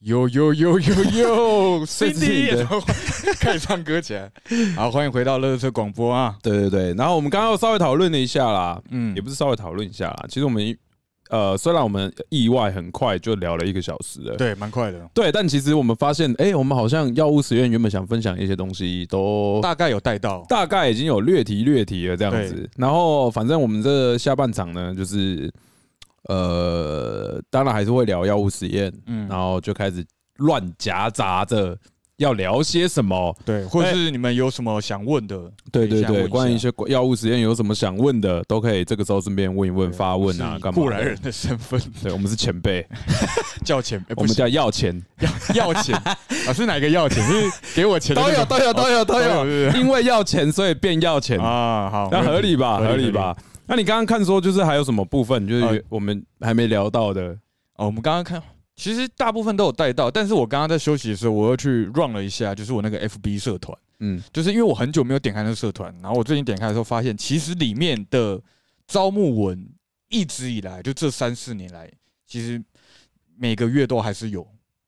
呦呦呦呦 呦是自己，Cindy 的然后 开始唱歌起来。好，欢迎回到乐色广播啊！对对对，然后我们刚刚又稍微讨论了一下啦，嗯也，不是稍微讨论一下啦，其实我们呃，虽然我们意外很快就聊了一个小时了，对，蛮快的，对，但其实我们发现，哎、我们好像药物实验原本想分享一些东西都。大概有带到。大概已经有略提略提了这样子，然后反正我们这下半场呢，就是呃，当然还是会聊药物实验，嗯然，后就开始乱夹杂着要聊些什么，对，或者是你们有什么想问的？对可以对先问对，一下关于一些药物实验有什么想问的，都可以这个时候顺便问一问、发问啊是，以干嘛？过来人，的身份 对我们是前辈，叫钱，哎我不们是叫要钱，要 钱啊？是哪个要钱？是给我钱的那种有都有都哦有是不因为要钱所以变要 钱，啊？好，那合理吧？合理合理吧？那你刚刚看说就是还有什么部分就是呃我们还没聊到的？哦，我们刚刚看，其实大部分都有带到，但是我刚刚在休息的时候，我又去 run 了一下，就是我那个 FB 社团，嗯，就是因为我很久没有点开那个社团，然后我最近点开的时候发现，其实里面的招募文一直以来就这三四年来，其实每个月都还是有，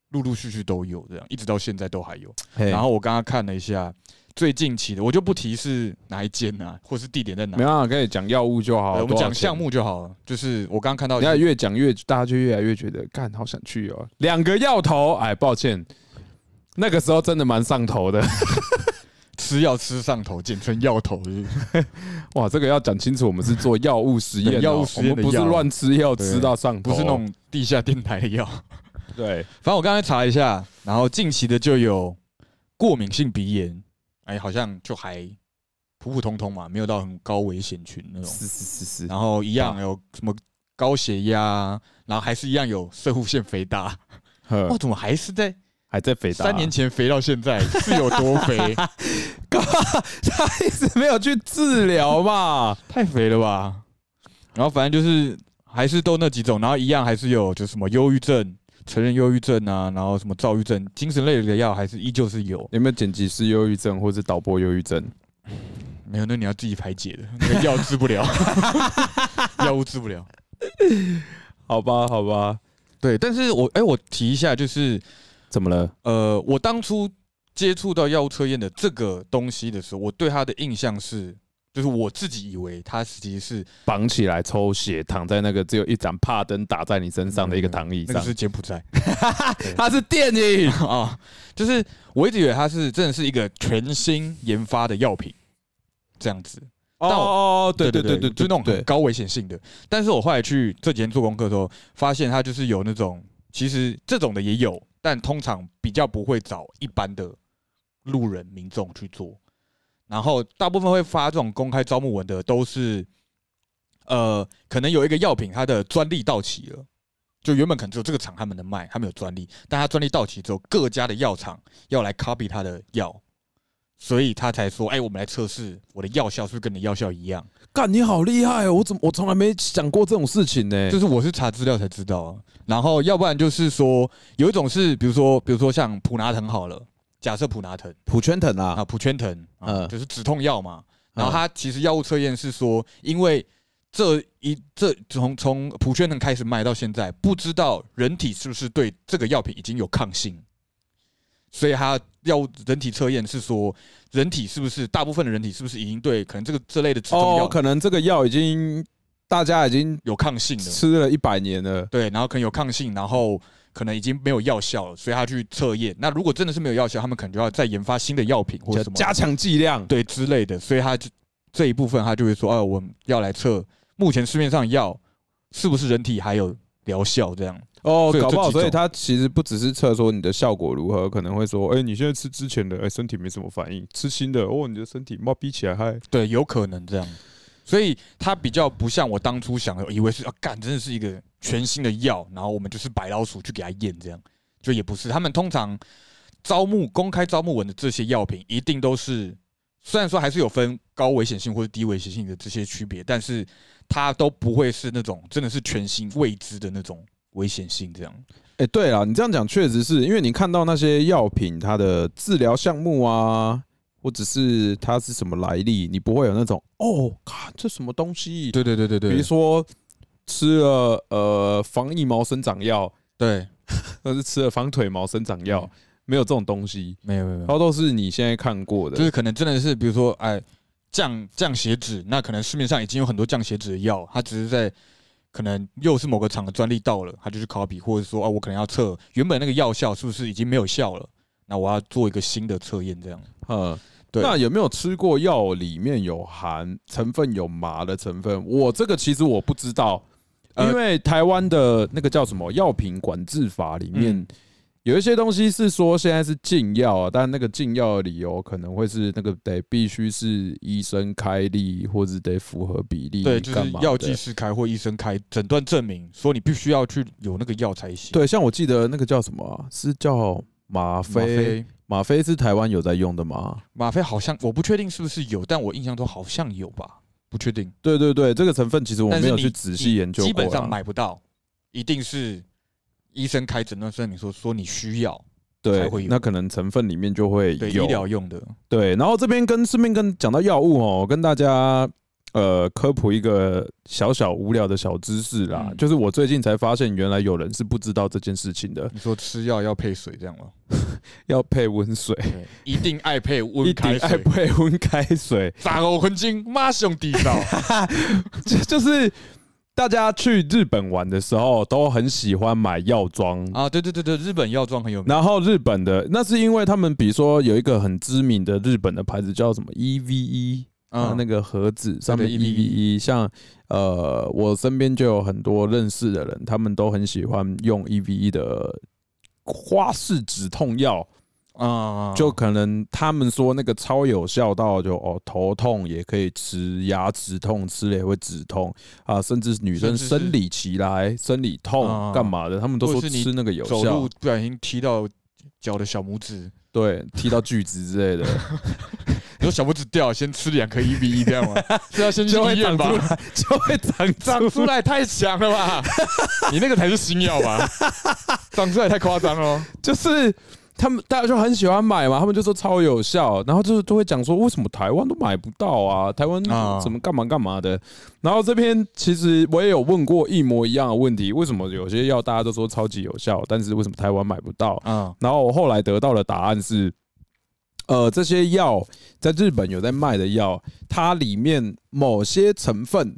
陆陆续续都有这样，一直到现在都还有。然然后我刚刚看了一下最近期的，我就不提是哪一间啊，或是地点在哪没，办法，可以讲药物就好呃。我们多少讲钱项，目就好了。就是我刚刚看到你看越讲越大家就越来越觉得，干好想去哦。两个药头，哎，抱歉，那个时候真的蛮上头的。吃药吃上头，简称药头是不是哇，这个要讲清楚，我们是做药物实验哦、对药物实验我的们不是药乱吃药对吃到上头，不是那种地下电台的药。对反正我刚才查一下，然后近期的就有过敏性鼻炎，哎，好像就还普普通通嘛，没有到很高危险群那种。是是是是，然后一样有什么高血压啊，然后还是一样有射护腺肥大。呵哇，怎么还是在还在肥大、三年前肥到现在，是有多肥？他一直没有去治疗嘛？太肥了吧？然后反正就是还是都那几种，然后一样还是有就是什么忧郁症、成人忧郁症啊，然后什么躁郁症，精神类的药还是依旧是有。 有没有剪辑师忧郁症或是导播忧郁症？没有，那你要自己排解的，那个药治不 了，药物治不了。好吧，好吧，对，但是我哎、我提一下，就是怎么了？呃，我当初接触到药物测验的这个东西的时候，我对它的印象是，就是我自己以为它其实是绑起来抽血，躺在那个只有一盏帕灯打在你身上的一个躺椅那个上，是柬埔寨它是 电影。啊，就是我一直以为它是真的是一个全新研发的药品，这样子。哦但我哦，对对对对对，就那种对很高危险性的。但是我后来去这几天做功课的时候，发现它就是有那种，其实这种的也有，但通常比较不会找一般的路人民众去做。然后大部分会发这种公开招募文的，都是呃，可能有一个药品它的专利到期了。就原本可能只有这个厂他们能卖，他们有专利，但它专利到期之后，各家的药厂要来 copy 它的药，所以他才说：“哎、我们来测试我的药效是不是跟你的药效一样。”干你好厉害哦！我怎么我从来没想过这种事情呢？就是我是查资料才知道啊。然后要不然就是说，有一种是比如说，比如说像普拿疼好了，假设普拿疼普圈疼啊，啊，普圈疼，啊，嗯就是止痛药嘛。然后嗯它其实药物测验是说，因为这一这从从普圈疼开始卖到现在，不知道人体是不是对这个药品已经有抗性，所以它药物人体测验是说，人体是不是大部分的人体是不是已经对可能这个这类的止痛哦，药可能这个药已经大家已经有抗性的？吃了一百年了。对，然后可能有抗性，然后可能已经没有药效了，所以他去测验。那如果真的是没有药效，他们可能就要再研发新的药品或者加什么加强剂量，对之类的，所以他就这一部分他就会说，哦、我们要来测目前市面上的药是不是人体还有疗效这样。哦所以，有搞不好，这几种所以它其实不只是测说你的效果如何，可能会说，哎、你现在吃之前的，哎、身体没什么反应；吃新的，哦，你的身体冒逼起来嗨。对，有可能这样。所以它比较不像我当初想的，以为是啊，干真的是一个全新的药，然后我们就是白老鼠去给它验，这样就也不是。他们通常招募公开招募文的这些药品，一定都是虽然说还是有分高危险性或者低危险性的这些区别，但是它都不会是那种真的是全新未知的那种危险性这样。哎、对了，你这样讲确实是因为你看到那些药品它的治疗项目啊，或者是它是什么来历，你不会有那种哦，看这什么东西，对对对对比如对，说吃了呃防疫毛生长药，对那是吃了防腿毛生长药，没有这种东西。没有没有没有，它都是你现在看过的，就是可能真的是比如说哎降降血脂，那可能市面上已经有很多降血脂的药，它只是在可能又是某个厂的专利到了，它就去 copy，或者说啊我可能要测原本那个药效是不是已经没有效了，那我要做一个新的测验这样。嗯，对那有没有吃过药里面有含成分有麻的成分？我这个其实我不知道，呃因为台湾的那个叫什么《药品管制法》里面嗯有一些东西是说现在是禁药啊，但那个禁药的理由可能会是那个得必须是医生开立，或者得符合比例，对，就是干嘛的药剂。师开或医生开诊断证明，说你必须要去有那个药才行。对，像我记得那个叫什么啊、是叫吗吗啡？啡吗啡是台湾有在用的吗？吗啡好像我不确定是不是有，但我印象中好像有吧，不确定。对对对，这个成分其实我但没是有你去仔细研究基过本上啦买不到，一定是医生开诊断证明说说你需要，对才会，有那可能成分里面就会对医有。疗用的，对，然后这边跟顺便跟讲到药物哦，我跟大家呃科普一个小小无聊的小知识啦，嗯就是我最近才发现，原来有人是不知道这件事情的，你说吃药要配水这样吗？要配温水，对，一定爱配 一 温定开爱水，配温开水，杂篆混金，妈兄弟 嫂，就就是大家去日本玩的时候都很喜欢买药妆，啊，对对对对，日本药妆很有名，然后日本的那是因为他们比如说有一个很知名的日本的牌子叫什么，E EVE。它嗯，啊那个盒子上面对 E 对 V E，像呃，我身边就有很多认识的人，他们都很喜欢用 E V E 的花式止痛药，啊，就可能他们说那个超有效到就哦，头痛也可以吃，牙齿痛吃了也会止痛啊，甚至女甚生至是生理期来、生理痛啊干嘛的，他们都说或者是你吃那个有走效路，不小心踢到脚的小拇指，对，踢到锯子之类的，你说小拇指掉，先吃两颗一比一这样吗？ 是要先去就会医院长吧出？ 来，就会长长出出来。来太强了 吧？你那个才是新药吧？长出来太夸张了。就是他们大家就很喜欢买嘛，他们就说超有效，然后就是都会讲说为什么台湾都买不到啊，台湾啊怎么干嘛干嘛的。然后这边其实我也有问过一模一样的问题，为什么有些药大家都说超级有效，但是为什么台湾买不到？嗯然后我后来得到的答案是，呃，这些药在日本有在卖的药，它里面某些成分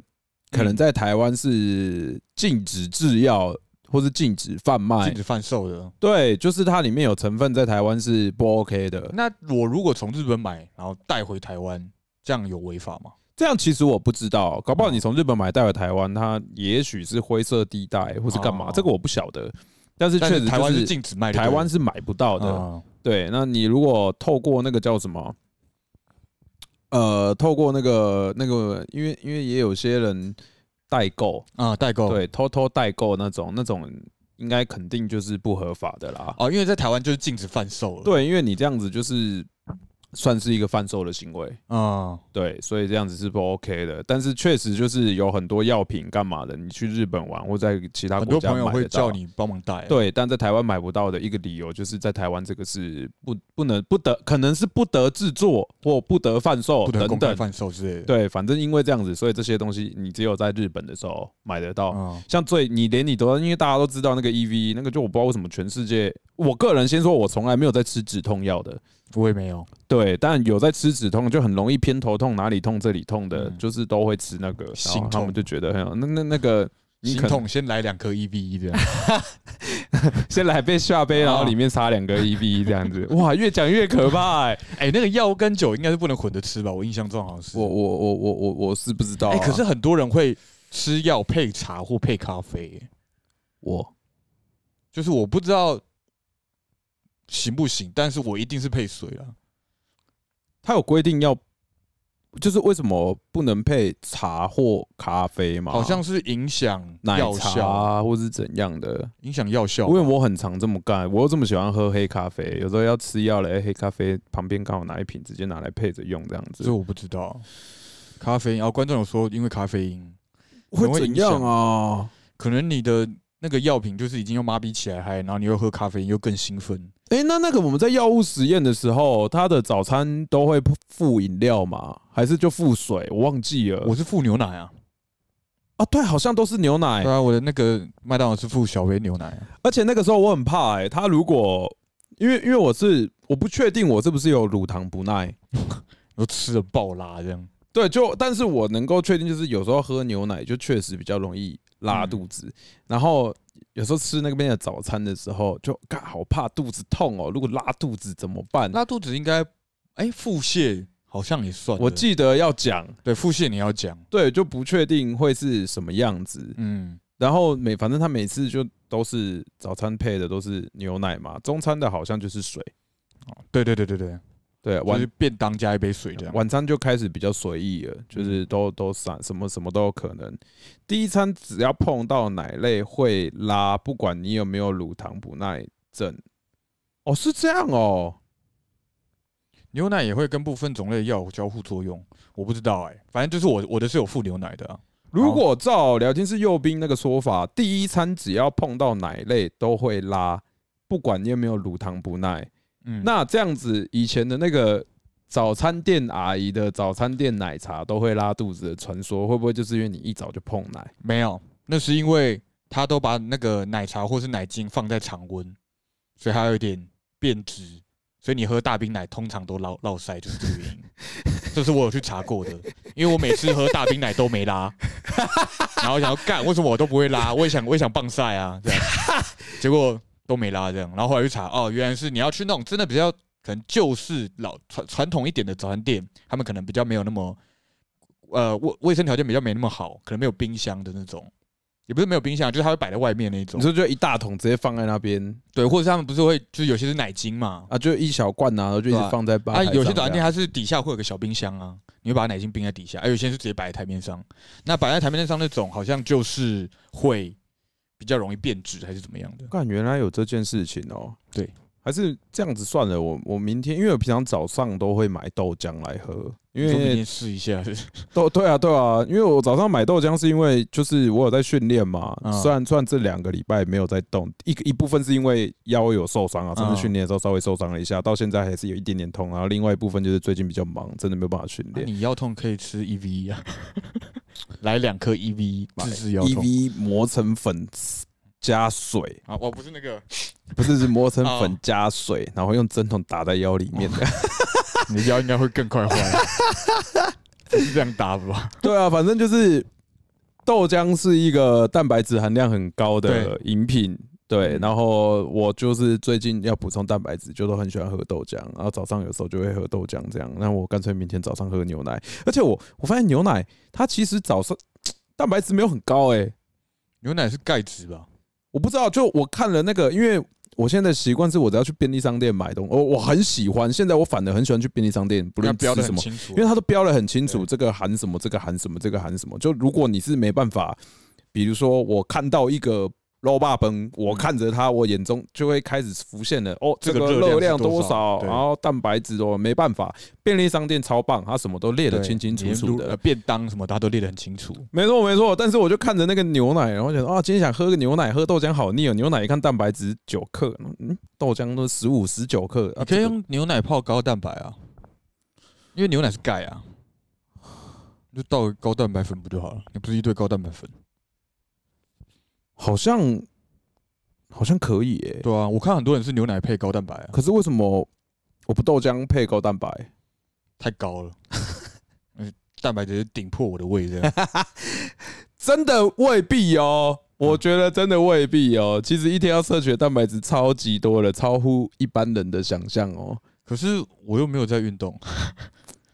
可嗯能在台湾是禁止制药或是禁止贩卖禁，止贩售的。对，就是它里面有成分在台湾是不 OK 的。那我如果从日本买，然后带回台湾，这样有违法吗？这样其实我不知道，搞不好你从日本买带回台湾，它也许是灰色地带或是干嘛，哦这个我不晓得。但是但确实是台湾就是禁止卖的，台湾是买不到的。啊对，那你如果透过那个叫什么？呃，透过那个那个，因为因为也有些人代购，啊代购对，偷偷代购那种那种，应该肯定就是不合法的啦。哦，因为在台湾就是禁止贩售了。对，因为你这样子就是算是一个贩售的行为，啊，对，所以这样子是不 OK 的。但是确实就是有很多药品干嘛的，你去日本玩或在其他很国多家朋友买会得叫。到你帮忙带。啊对，但在台湾买不到的一个理由，就是在台湾这个是不不能不得，可能是不得制作或不得贩售不能等公开等。贩售之类的。对，反正因为这样子，所以这些东西你只有在日本的时候买得到。啊，像最你连你都因为大家都知道那个 EV 那个，就我不知道为什么全世界，我个人先说，我从来没有在吃止痛药的。我也没有。对，但有在吃止痛，就很容易偏头痛，哪里痛这里痛的，嗯就是都会吃那个，然心后他们痛就觉得很有那那那个，你心可能痛，先来两颗一比一的。 先来杯下杯，然后啊里面插两个 EV 这样子， 哇，越讲越可怕哎、哎，那个药跟酒应该是不能混着吃吧？我印象中好像是。我我我我我我是不知道、啊哎、可是很多人会吃药配茶或配咖啡耶、我就是我不知道行不行，但是我一定是配水啊。他有规定要，就是为什么不能配茶或咖啡嘛？好像是影响奶药茶效，啊，或是怎样的？影响药效因。为我很常这么干，我又这么喜欢喝黑咖啡，有时候要吃药了，哎、黑咖啡旁边刚好拿一瓶，直接拿来配着用这样子这。我不知道。咖啡因，然后观众有说，因为咖啡因，会会怎影样响啊？可能你的那个药品就是已经又麻痹起来嗨，然后你又喝咖啡因，又更兴奋。哎、那那个我们在药物实验的时候，他的早餐都会呃附饮料吗？还是就附水？我忘记了。我是付牛奶啊，啊，对，好像都是牛奶对。啊，我的那个麦当劳是附小杯牛奶啊，而且那个时候我很怕哎、欸，他如果因为因为我是我不确定我是不是有乳糖不耐，我都吃的爆拉这样。对，就但是我能够确定就是有时候喝牛奶就确实比较容易拉肚子，然后有时候吃那边的早餐的时候就干好怕肚子痛哦，如果拉肚子怎么办？拉肚子应该，哎，腹泻好像也算。我记得要讲，对腹泻你要讲，对，就不确定会是什么样子。嗯，然后每反正他每次就都是早餐配的都是牛奶嘛，中餐的好像就是水，对对对对对，对，就晚是便当加一杯水这样。嗯晚餐就开始比较随意了，就是都都散，什么什么都有可能。第一餐只要碰到奶类会拉，不管你有没有乳糖不耐症。哦，是这样哦。牛奶也会跟部分种类的药交互作用，我不知道哎、反正就是我我的是有附牛奶的啊。如果照聊天室右兵那个说法，第一餐只要碰到奶类都会拉，不管你有没有乳糖不耐。嗯，那这样子，以前的那个早餐店阿姨的早餐店奶茶都会拉肚子的传说，会不会就是因为你一早就碰奶？没有，那是因为他都把那个奶茶或是奶精放在常温，所以它有点变质，所以你喝大冰奶通常都落落腮，就是这个原因。 这是我有去查过的，因为我每次喝大冰奶都没拉，然后我想要干为什么我都不会拉，我也想我也想棒晒啊，这样，结果都没拉这样，然后后来去查，哦，原来是你要去那种真的比较可能旧式老传传统一点的早餐店，他们可能比较没有那么呃卫卫生条件比较没那么好，可能没有冰箱的那种，也不是没有冰箱，就是它会摆在外面那种你，说就一大桶直接放在那边对，或者是他们不是会就是有些是奶精嘛，啊，就一小罐啊，然后就一对直啊放在吧啊，台有些上早餐这店样它是底下会有个小冰箱啊，你会把奶精冰在底下，啊，有些是直接摆在台面上。那摆在台面上那种，好像就是会比较容易变质，还是怎么样的？干原来有这件事情哦。对，还是这样子算了。我我明天因为我平常早上都会买豆浆来喝，因说明为天试一下，豆对啊对啊，因为我早上买豆浆是因为就是我有在训练嘛，嗯虽然算这两个礼拜没有在动，一一部分是因为腰有受伤啊，上嗯次训练的时候稍微受伤了一下，到现在还是有一点点痛，然后另外一部分就是最近比较忙，真的没有办法训那练。啊你腰痛可以吃 E V 啊，来两颗 E V 治治腰 E 痛。 V 磨成粉加水，啊，我不是那个，不是是磨成哦粉加水，然后用针筒打在腰里 面的。你的腰应该会更快坏，不是这样打吧？ 对啊，反正就是豆浆是一个蛋白质含量很高的饮品。对，嗯然后我就是最近要补充蛋白质，就都很喜欢喝豆浆，然后早上有时候就会喝豆浆这样。那我干脆明天早上喝牛奶，而且我我发现牛奶它其实早上蛋白质没有很高诶、牛奶是钙质吧？我不知道，就我看了那个，因为我现在的习惯是我只要去便利商店买东西，我我很喜欢，现在我反而很喜欢去便利商店，不要论标吃的什很么，清楚因为，它都标的很清楚，对这个含什么，这个含什么，这个含什么。就如果你是没办法，比如说我看到一个肉霸崩，我看着它，我眼中就会开始浮现了，哦，这这个个热热量量是多多少少，对然后蛋白质哦，没办法。便利商店超棒，它什么都列得清清楚楚连如呃的。便当什么，它都列得很清楚。没错没错，但是我就看着那个牛奶，然后觉得啊，今天想喝个牛奶，喝豆浆好腻哦。牛奶一看蛋白质九克，嗯，豆浆都十五十九克，啊你可以这个用牛奶泡高蛋白啊，因为牛奶是钙啊，就倒个高蛋白粉不就好了？你不是一堆高蛋白粉？好像好像可以耶、对啊，我看很多人是牛奶配高蛋白啊，可是为什么我不豆浆配高蛋白？太高 了，嗯蛋白质顶破我的胃这样。 真的未必哦，我觉得真的未必哦。其实一天要摄取的蛋白质超级多了，超乎一般人的想象哦。可是我又没有在运动，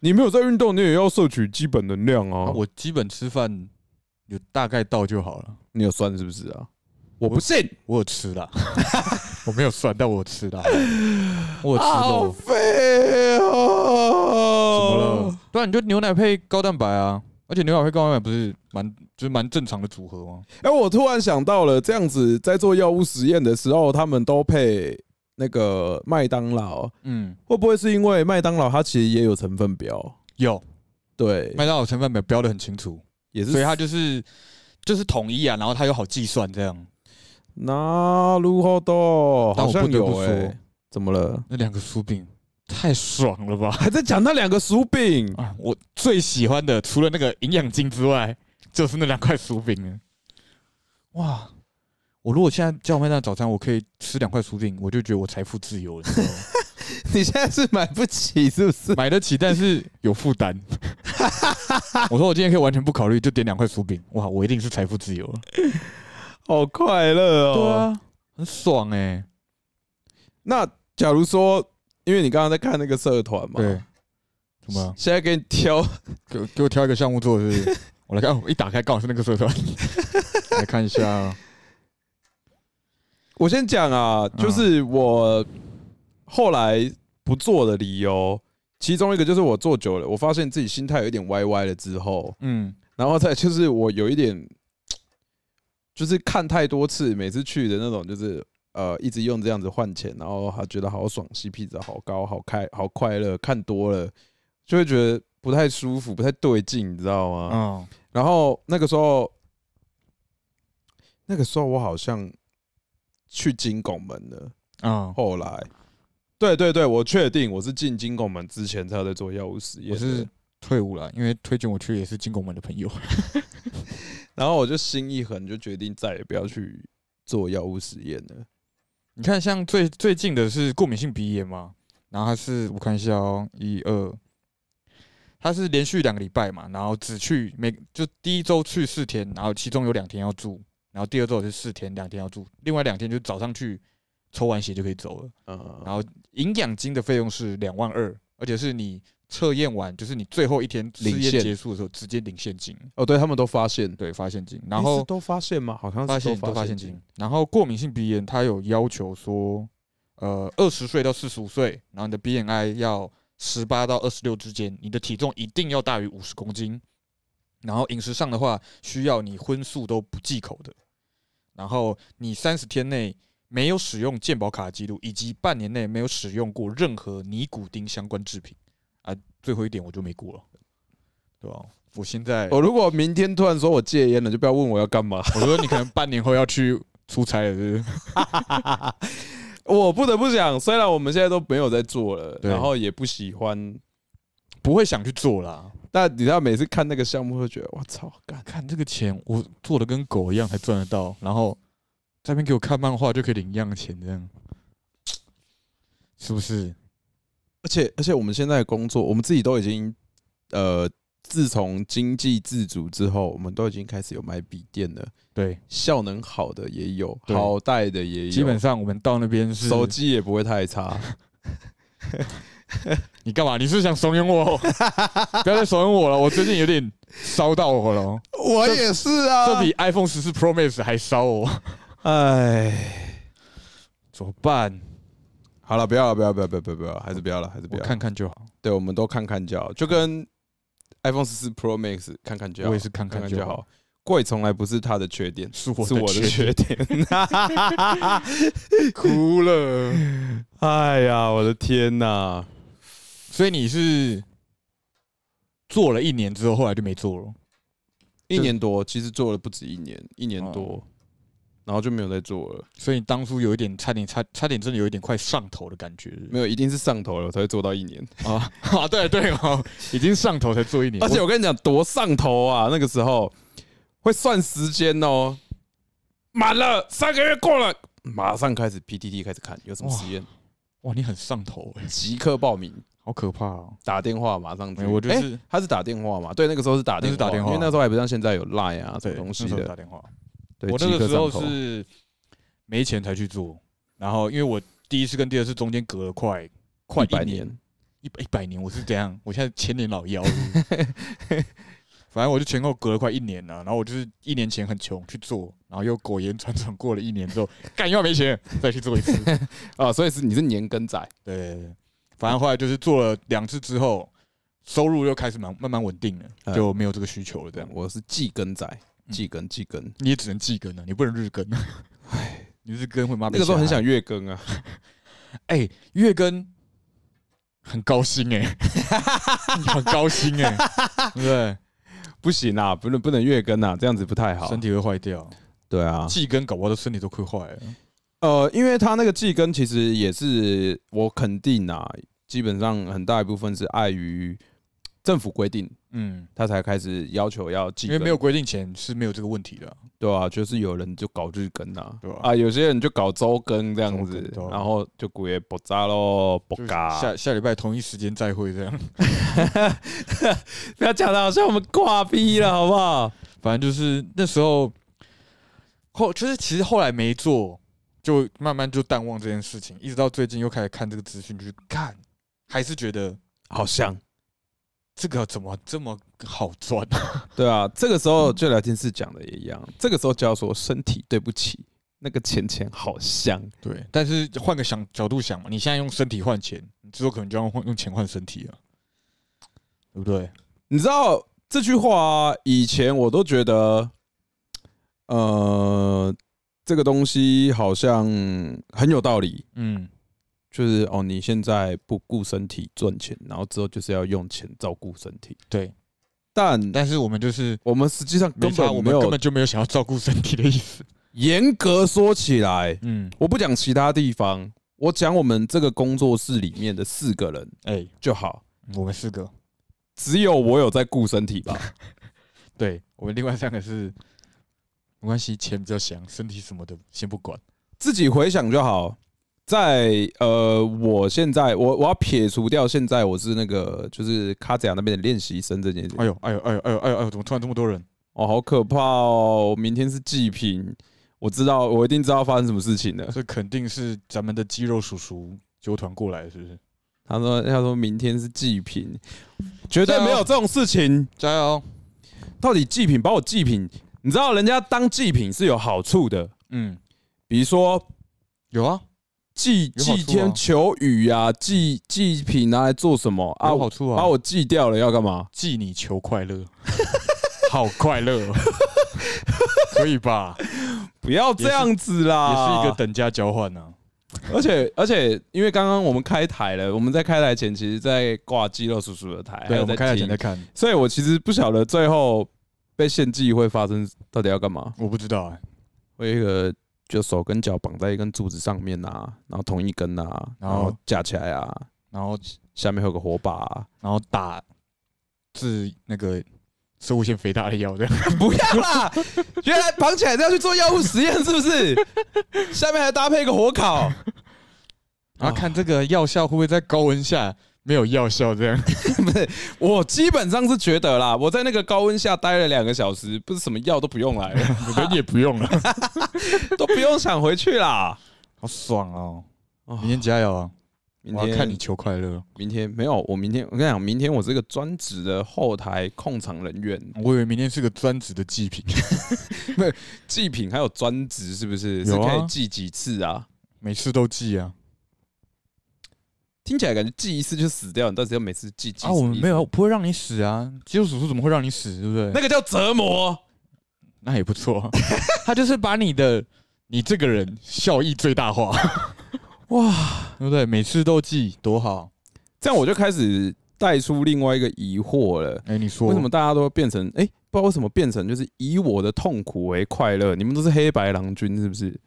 你没有在运动，你也要摄取基本能量啊哦。我基本吃饭有大概到就好了。你有算是不是啊？我不信，我有吃 啦，我没有算，但我有吃啦，我有吃啊好肉。肥怎么哦！了？？对啊，你就牛奶配高蛋白啊，而且牛奶配高蛋白不是蛮就是蛮正常的组合吗？哎、我突然想到了，这样子在做药物实验的时候，他们都配那个麦当劳，嗯，会不会是因为麦当劳它其实也有成分表？有对，麦当劳成分表标的很清楚，也是，所以它就是就是统一啊，然后它又好计算这样。那如何多但好我不像得有不哎、说，怎么了？那两个酥饼太爽了吧！还在讲那两个薯饼啊，我最喜欢的除了那个营养金之外，就是那两块薯饼了。哇！我如果现在叫麦当劳早餐，我可以吃两块薯饼，我就觉得我财富自由了，你知道吗？ 你现在是买不起是不是？ 买得起，但是有负 担。我说我今天可以完全不考虑，就点两块薯饼，哇，我一定是财富自由了。好快乐哦！对啊，很爽哎、那假如说，因为你刚刚在看那个社团嘛，对，怎么？现在给你挑， 给我给我挑一个项目做，是不是？ 我来看，哦一打开刚好是那个社 团，来看一下啊。我先讲啊，嗯就是我后来不做的理由，其中一个就是我做久了，我发现自己心态有一点歪歪了之后，嗯，然后再就是我有一点，就是看太多次，每次去的那种，就是呃，一直用这样子换钱，然后还觉得好爽，CP 值好高，好开，好快乐，看多了就会觉得不太舒服，不太对劲，你知道吗？哦，然后那个时候，那个时候我好像去金拱门了。哦，后来，对对对，我确定我是进金拱门之前才有在做药物实验我的。是退伍了，因为推荐我去也是金拱门的朋友。 然后我就心一横，就决定再也不要去做药物实验了。你看，像最最近的是过敏性鼻炎嘛，然后它是我看一下哦，一二，它是连续两个礼拜嘛，然后只去每就第一周去四天，然后其中有两天要住，然后第二周也是四天，两天要住，另外两天就早上去抽完血就可以走了。嗯，然后营养金的费用是两万二，而且是你测验完，就是你最后一天试领验现结束的时候直接领现金，哦，对他们都发现，对，发现金。诶然是后都发现吗？好像发是现都都发现金金。。然后过敏性鼻炎，它有要求说，呃，二十岁到四十五岁，然后你的 BMI 要十八到二十六之间，你的体重一定要大于五十公斤。然后饮食上的话，需要你荤素都不忌口的。然后你三十天内没有使用健保卡记录，以及半年内没有使用过任何尼古丁相关制品。啊，最后一点我就没过了，对吧、我现在我哦如果明天突然说我戒烟了，就不要问我要 干嘛。我说你可能半年后要去出差了，是不是？我不得不讲，虽然我们现在都没有在做了，对然后也不喜欢，不会想去做啦。但你知道每次看那个项目，会觉得我操，干看这个钱，我做的跟狗一样才赚得到，然后在那边给我看漫画就可以领一样的钱，这样是不是？而且而且我们现在的工作，我们自己都已经呃，自从经济自主之后，我们都已经开始有买笔电了，对，效能好的也有，对好带的也有，基本上我们到那边是手。机也不会太差。你干嘛？你是想怂恿 我？不要再怂恿我了，我最近有点烧到 我了哦，我也是啊这比 iPhone 十四 Pro Max 还烧哦我，哎，怎么办？好了，不要了，不要，不要，不要，不要，不要，还是不要了，还是不我要。看看就好，对，我们都看看就好，就跟 iPhone 十四 Pro Max 看看就好，我也是看看看就就好，好。贵从来不是它的缺点，是我是我的缺缺点。 点， 哭了。哎呀，我的天哪、所以你是做了一年之后，后来就没做了。一年多，其实做了不止一年，一年多，哦然后就没有再做了。所以你当初有一点差点差差点真的有一点快上头的感觉是不没有，一定是上头了，我才会做到一年。是啊 啊对对哦，已经上头才做一年，而且我跟你讲，多上头啊！那个时候会算时间哦，满了三个月过了，马上开始 PTT 开始看有什么实验，我哇你很上头哎，即刻报名，好可怕哦！打电话马上去。哎没有我就是诶他是打电话嘛？对，那个时候是打电话，那是打电话因为那时候还不像现在有 Line 啊什对，么东西那时候的。打电话，对，我即那刻个时候上头是没钱才去做，然后因为我第一次跟第二次中间隔了快快一百一年，年，一百一百年，我是怎样？我现在千年老 妖是不是。反正我就前后隔了快一年了、然后我就是一年前很穷去做，然后又苟延残喘过了一年之后，干又要没钱，再去做一次。啊，所以是你是年更仔，对对对，反正后来就是做了两次之后，收入又开始慢慢慢稳定了，嗯就没有这个需求了。这样啊我是季更仔，嗯季更季更。你也只能季更了，啊你不能日更。 你日更会妈那个时候很想。想月更啊， 哎、月更很高薪哎、 你很高薪哎、对不对？不行啊，不能不能月更啊，这样子不太好身。体会坏掉。对啊，季跟搞不好都身体都快坏了。呃，因为他那个季更其实也是我肯定啊，基本上很大一部分是碍于政府规定，嗯，他才开始要求要记因更，为没有规定前是没有这个问题的啊、对啊，就是有人就搞日更啊，对啊有些人就搞周更这样周更子对啊，然后就鬼爆炸喽，爆就是嘎，下下礼拜同一时间再会这样， 不要讲的好像我们挂逼了，好不好？反正就是那时候后就是其实后来没做，就慢慢就淡忘这件事情，一直到最近又开始看这个资讯去看，还是觉得好像这个怎么这么好赚啊？ 对啊，这个时嗯候就聊天室讲的也一样，这个时候就要说身体对不起，那个钱钱好香，对，但是换个想角度想嘛，你现在用身体换钱，你之后可能就要换用钱换身体啊，对不对？你知道这句话、啊、以前我都觉得，呃，这个东西好像很有道理，嗯，就是哦，你现在不顾身体赚钱，然后之后就是要用钱照顾身体，对。但但是我们就是我们实际上没根差，本我没们根有本就没有想要照顾身体的意思。严格说起来，嗯，我不讲其他地方，我讲我们这个工作室里面的四个人哎、就好，我们四个，只有我有在顾身体吧。对我们另外三个是没关系，钱比较香，身体什么的先不管。自己回想就好。在呃，我现在我我要撇除掉现在我是那个就是卡子亚那边的练习生这件事，哎呦，哎呦，哎呦，哎呦，哎呦，哎呦，怎么突然这么多人？哦，好可怕哦！明天是祭品，我知道我一定知道发生什么事情了。这肯定是咱们的肌肉叔叔纠团过来，是不是？他说他说明天是祭品，绝对没有这种事情。加油！到底祭品把我祭品，你知道人家当祭品是有好处的，嗯，比如说有啊，祭有好处啊祭天求雨啊，祭祭品拿来做什么啊？有我好处把啊！我祭掉了要干嘛？记你求快乐， 好快乐 哦，可以吧？也不要这样子啦，是一个等价交换啊呢。而且而且，因为刚刚我们开台了，我们在开台前其实在挂肌肉叔叔的台，哎还对，有我们开始前听再，看，所以我其实不晓得最后被献祭会发生到底要干嘛。我不知道哎。会有一个就手跟脚绑在一根柱子上面啊，然后同一根啊，然然后后架起来啊，然后，下面会有个火把、啊， 然后打治那个生物腺肥大的药的。不要啦！原来绑起来是要去做药物实验，是不是？下面还搭配一个火烤，然哦后看这个药效会不会在高温下没有药效 这样。不是，我基本上是觉得啦，我在那个高温下待了两个小时，不是什么药都不用来 了，人也不用了，都不用想回去啦。好爽哦！哦明天加油啊！明我要天看你，求快乐。明天没有，我明天我跟你讲，明天我是个专职的后台控场人员，我以为明天是个专职的祭品， 祭品还有专职是不是？是有啊可以祭几次啊？每次都祭啊。听起来感觉祭一次就死掉，你到底要每次祭几次？啊，我们没，有不会让你死啊！基督叔叔怎么会让你死？对不对？那个叫折磨。那也不错 啊，他就是把你的你这个人效益最大化， 哇，对不对？每次都记，多好！这样我就开始带出另外一个疑惑了。哎、你说为什么？大家都变成哎、不知道为什么变成就是以我的痛苦为快乐？你们都是黑白郎君是不是？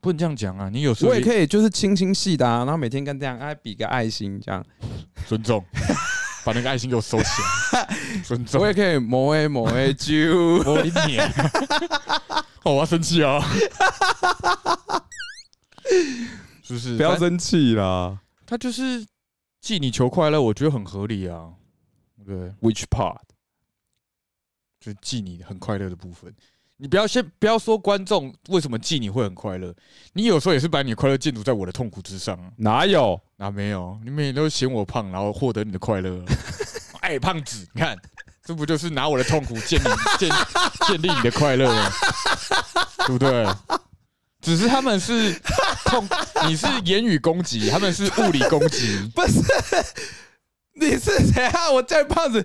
不能这样讲啊！你有时候我也也可以就是清清细的、啊，然后每天跟这样哎、比个爱心这 样，尊重，把那个爱心给我收起 来，尊重。我。也可以抹 A 抹 A 啾我一年，啊 哦我要生气啊！是不是？ 不要反正生气啦。他就是记你求快乐，我觉得很合理啊。对， Which part？就是记你很快乐的部分。你不要先不要说观众为什么记你会很快乐，你有时候也是把你的快乐建筑在我的痛苦之上啊。哪有？啊，没有，你每天都嫌我胖，然后获得你的快乐。哎，胖子，你看，这不就是拿我的痛苦建立建建立你的快乐吗？对不对？只是他们是痛，你是言语攻击，他们是物理攻击，不是，你是谁啊？我叫你胖子，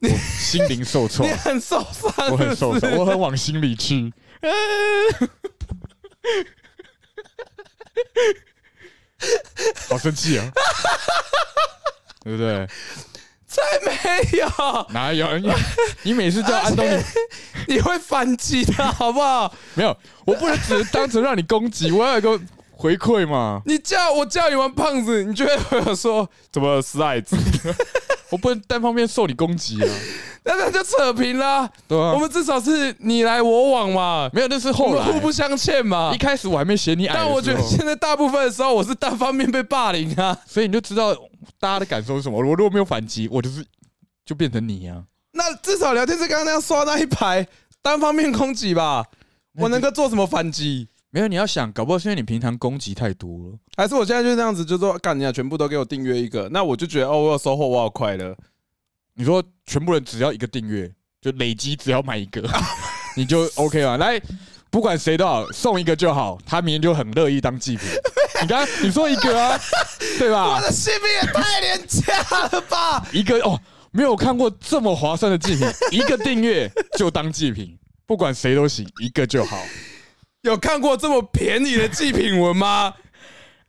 我心灵受挫你，很受伤是不是，我很受挫，我很往心里去。好生气啊，对不对？才没有，哪有 你？你每次啊叫安东尼，你会反击的好不好？没有，我不能只是单纯让你攻击，我要有一个回馈嘛。你叫我叫你玩胖子，你就会回我说怎么 slides？我不能单方面受你攻击啊， 那那就扯平啦。对啊我，们至少是你来我往嘛，没有，那是我后们来啊互不相欠嘛一。开始我还没嫌你矮的时但候，我觉得现在大部分的时候，我是单方面被霸凌啊。所以你就知道大家的感受是什么。我如果没有反击，我就是就变成你啊。那至少聊天室刚刚那样刷那一排，单方面攻击吧，我能够做什么反击？没有，你要想，搞不好是因为你平常攻击太多了。还是我现在就这样子，就说干你啊，全部都给我订阅一个，那我就觉得哦，我有收获，我好快乐。你说全部人只要一个订阅，就累积只要买一个， 你就 OK 了。来，不管谁都好，送一个就好，他明天就很乐意当祭品。你刚你说一个啊，对我吧？的性命也太廉价了吧！一个哦，没有看过这么划算的祭品，一个订阅就当祭品，不管谁都行，一个就好。有看过这么便宜的祭品文吗？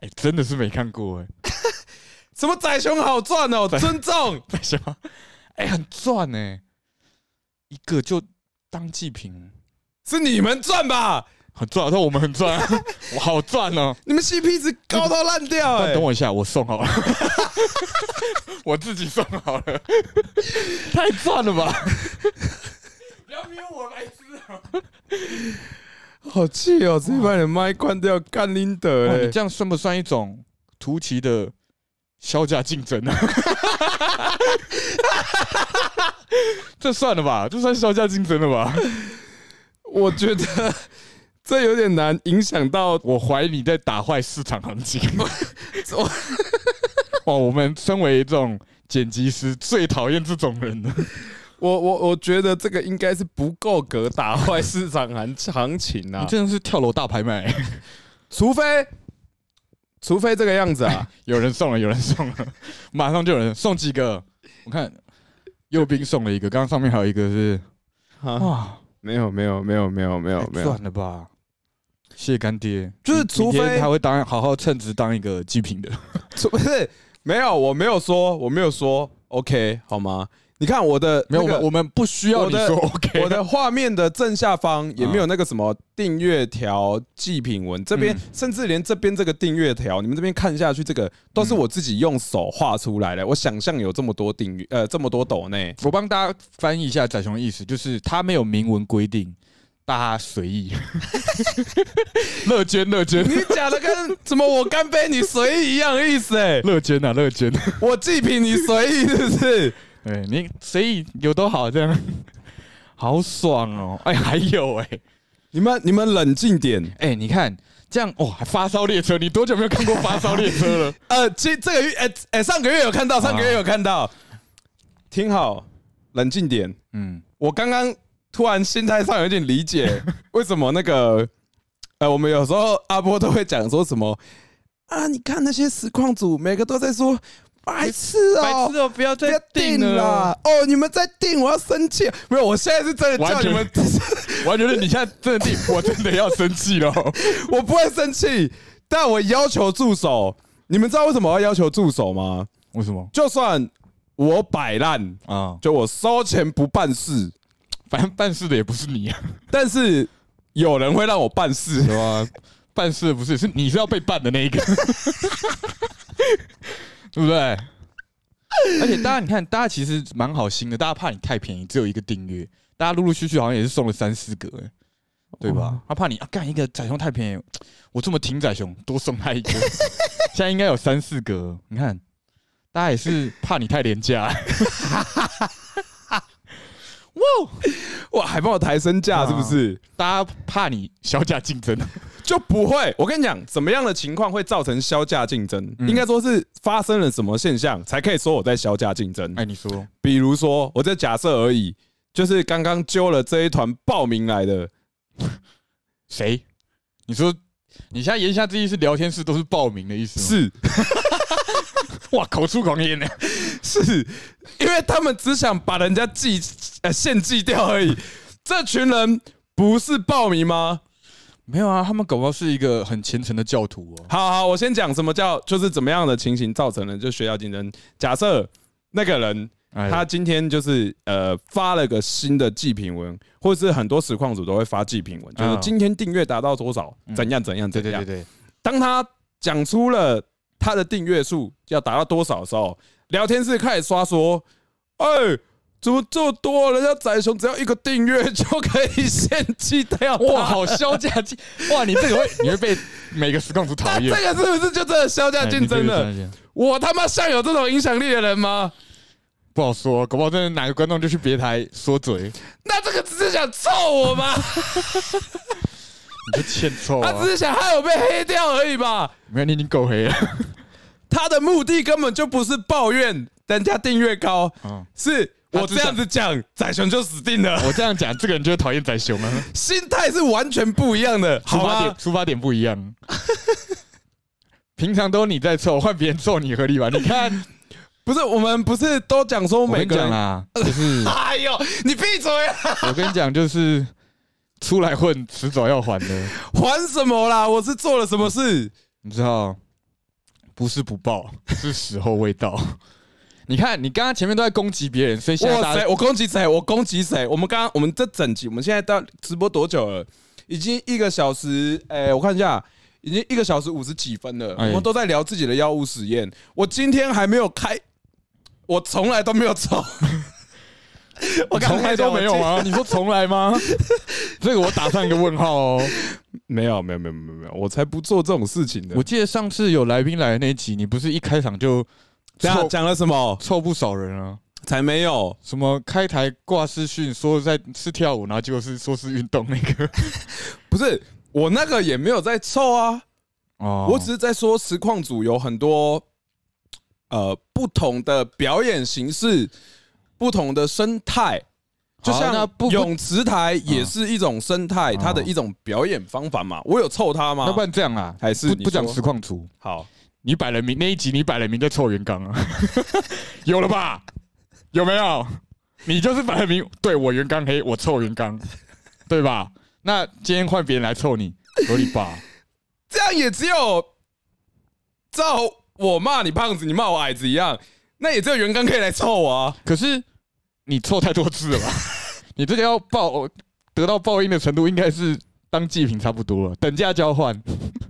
哎、真的是没看过哎、什么宰熊好赚哦，尊重。为什么？哎、很赚呢、一个就当祭品，是你们赚吧？很赚。但我们很赚、啊，我好赚哦、你们 CP 值高到烂掉哎、但等我一下，我送 好了，我自己送好了，太赚了吧？不要瞄我白痴啊！好气哦！直接把你的麦关掉，干拎德哇哎、你这样算不算一种突奇的销价竞争呢、啊 这算了吧，这算销价竞争了吧？我觉 得这有点难影响到我怀疑你在打坏市场行 情。我哇，我们身为这种剪辑师，最讨厌这种人了。我我我觉得这个应该是不够格打坏市场行行情你啊，真的是跳楼大拍卖、除非除非这个样 子啊，有人送了，有人送了， 马上就有人送几个。我看右兵送了一个，刚刚上面还有一个是啊哇，哎没有没有没有没有没有没有，赚了吧？谢干爹，就是明除非明天他会当好好称职当一个祭品的。除不是没有，我没有说我没有说 OK 好吗？你看我的没有，我那个们我们不需要我你的说 OK。 我的画面的正下方也没有那个什么订阅条、祭品文，这边嗯甚至连这边这个订阅条，你们这边看下去，这个都是我自己用手画出来的。我想象有这么多订阅，呃，这么多抖内，我帮大家翻译一下宰熊的意思，就是他没有明文规定，大家随意， 乐捐乐捐 你讲的跟什么我干杯你随意一样的意思哎、乐捐啊乐捐， 我祭品你随意是不是？对你随意有都好这样，好爽哦！哎，还有哎、你们你们冷静点，哎、你看这样哦，还发烧列车，你多久没有看过发烧列车 了？呃，其实这个月，哎、哎、上个月有看到，上个月有看到，啊听好，冷静点。嗯，我刚刚突然心态上有点理 解为什么那个，呃，我们有时候阿波都会讲说什么啊，你看那些实况组每个都在说白痴哦、哦，不要不要定啦！哦，你们在定，我要生气。没有，我现在是真的叫完你全们，我觉得你现在真的定，我真的要生气了。 我不会生气，但我要求助手。你们知道为什么我要要求助手吗？ 为什么就算我摆烂，啊？就我收钱不办事，反正办事的也不是你啊，但是有人会让我办事。对吧？办事的不是，是你是要被办的那一个， 对不对？而且大家你看，大家其实蛮好心的，大家怕你太便宜，只有一个订阅，大家陆陆续续好像也是送了三四个、欸对吧？他怕你啊，干一个宰熊太便宜，我这么挺宰熊，多送他一个， 现在应该有三四个。你看，大家也是怕你太廉价、 哇，还帮我抬身啊价是不是？大家怕你销价竞争。就不会。我跟你讲，怎么样的情况会造成销价竞争？嗯应该说是发生了什么现象，才可以说我在销价竞争哎、。你说，比如说，我这假设而已，就是刚刚揪了这一团报名来的，谁？你说你现在言下之意是聊天室都是报名的意思吗？是 哇，口出狂言呢！是，因为他们只想把人家记呃献祭掉而已。这群人不是报名吗？没有啊，他们搞不好是一个很虔诚的教徒哦。好好，我先讲什么叫就是怎么样的情形造成了就学校竞争。假设那个人哎他今天就是呃发了个新的祭品文，或是很多实况组都会发祭品文，就是嗯今天订阅达到多少，怎样怎样对对怎样对。对，当他讲出了他的订阅数要达到多少的时候，聊天室开始刷说：“哎、怎么这么多？人家仔熊只要一个订阅就可以献祭掉他。”哇，好销价竞，哇，你这个 会你会被每个实况组讨那厌，这个是不是就真的削价哎竞争？了你？这个真的是我他妈像有这种影响力的人吗？不好说，搞不好真的哪个观众就去别台说 嘴，你那这个只是想臭我吧？就欠揍他啊只！是想害我被黑掉而已吧？没有，你已经够黑了。他的目的根本就不是抱怨人家订阅高，嗯，是我他只这样子讲，仔熊就死定了。 我这样讲，这个人就会讨厌仔熊啊。心态是完全不一样 的，出好发吗点？出发点不一样。平常都你在凑，换别人凑你合理吧？你 看，不是，我们不是都讲说我跟你每个讲啊人？啦，就是 哎呦，你闭嘴啊！ 我跟你讲，就是出来混，迟早要还的，还什么啦？我是做了什么事？你知道？不是不报，是时候未到。 你看，你刚刚前面都在攻击别人，所以现在哇大塞！家我攻击谁？我攻击谁？我们刚刚我们这整集，我们现在到直播多久了？已经一个小时，哎、我看一下，已经一个小时五十几分了。哎我们都在聊自己的药物实验。我今天还没有开，我从来都没有抽。我刚从来都没有啊？吗？你说从来吗？ 这个我打上一个问号哦。 没有，没有，没有，没有，没有，我才不做这种事情的。我记得上次有来宾来的那一集，你不是一开场就这样凑讲了什么？凑不少人啊？才没有！什么开台挂视讯说在是跳舞，然后结果是说是运动那个。不是我那个也没有在凑啊。哦我只是在说实况组有很多呃不同的表演形式、不同的生态，就好那像不不泳池台也是一种生态，嗯它的一种表演方法嘛。我有凑它吗？要不然这样啦，啊还是不你不讲说实况组，好，你摆了明那一集你摆了明在凑袁刚啊， 有了吧？有没有？你就是摆了明，对我袁刚黑，我凑袁刚，对吧？那今天换别人来凑你，合理吧？这样也只有照我骂你胖子，你骂我矮子一样，那也只有袁刚可以来凑我啊。可是你凑太多次了吧？ 你这个要报得到报应的程度，应该是当祭品差不多了，等价交换，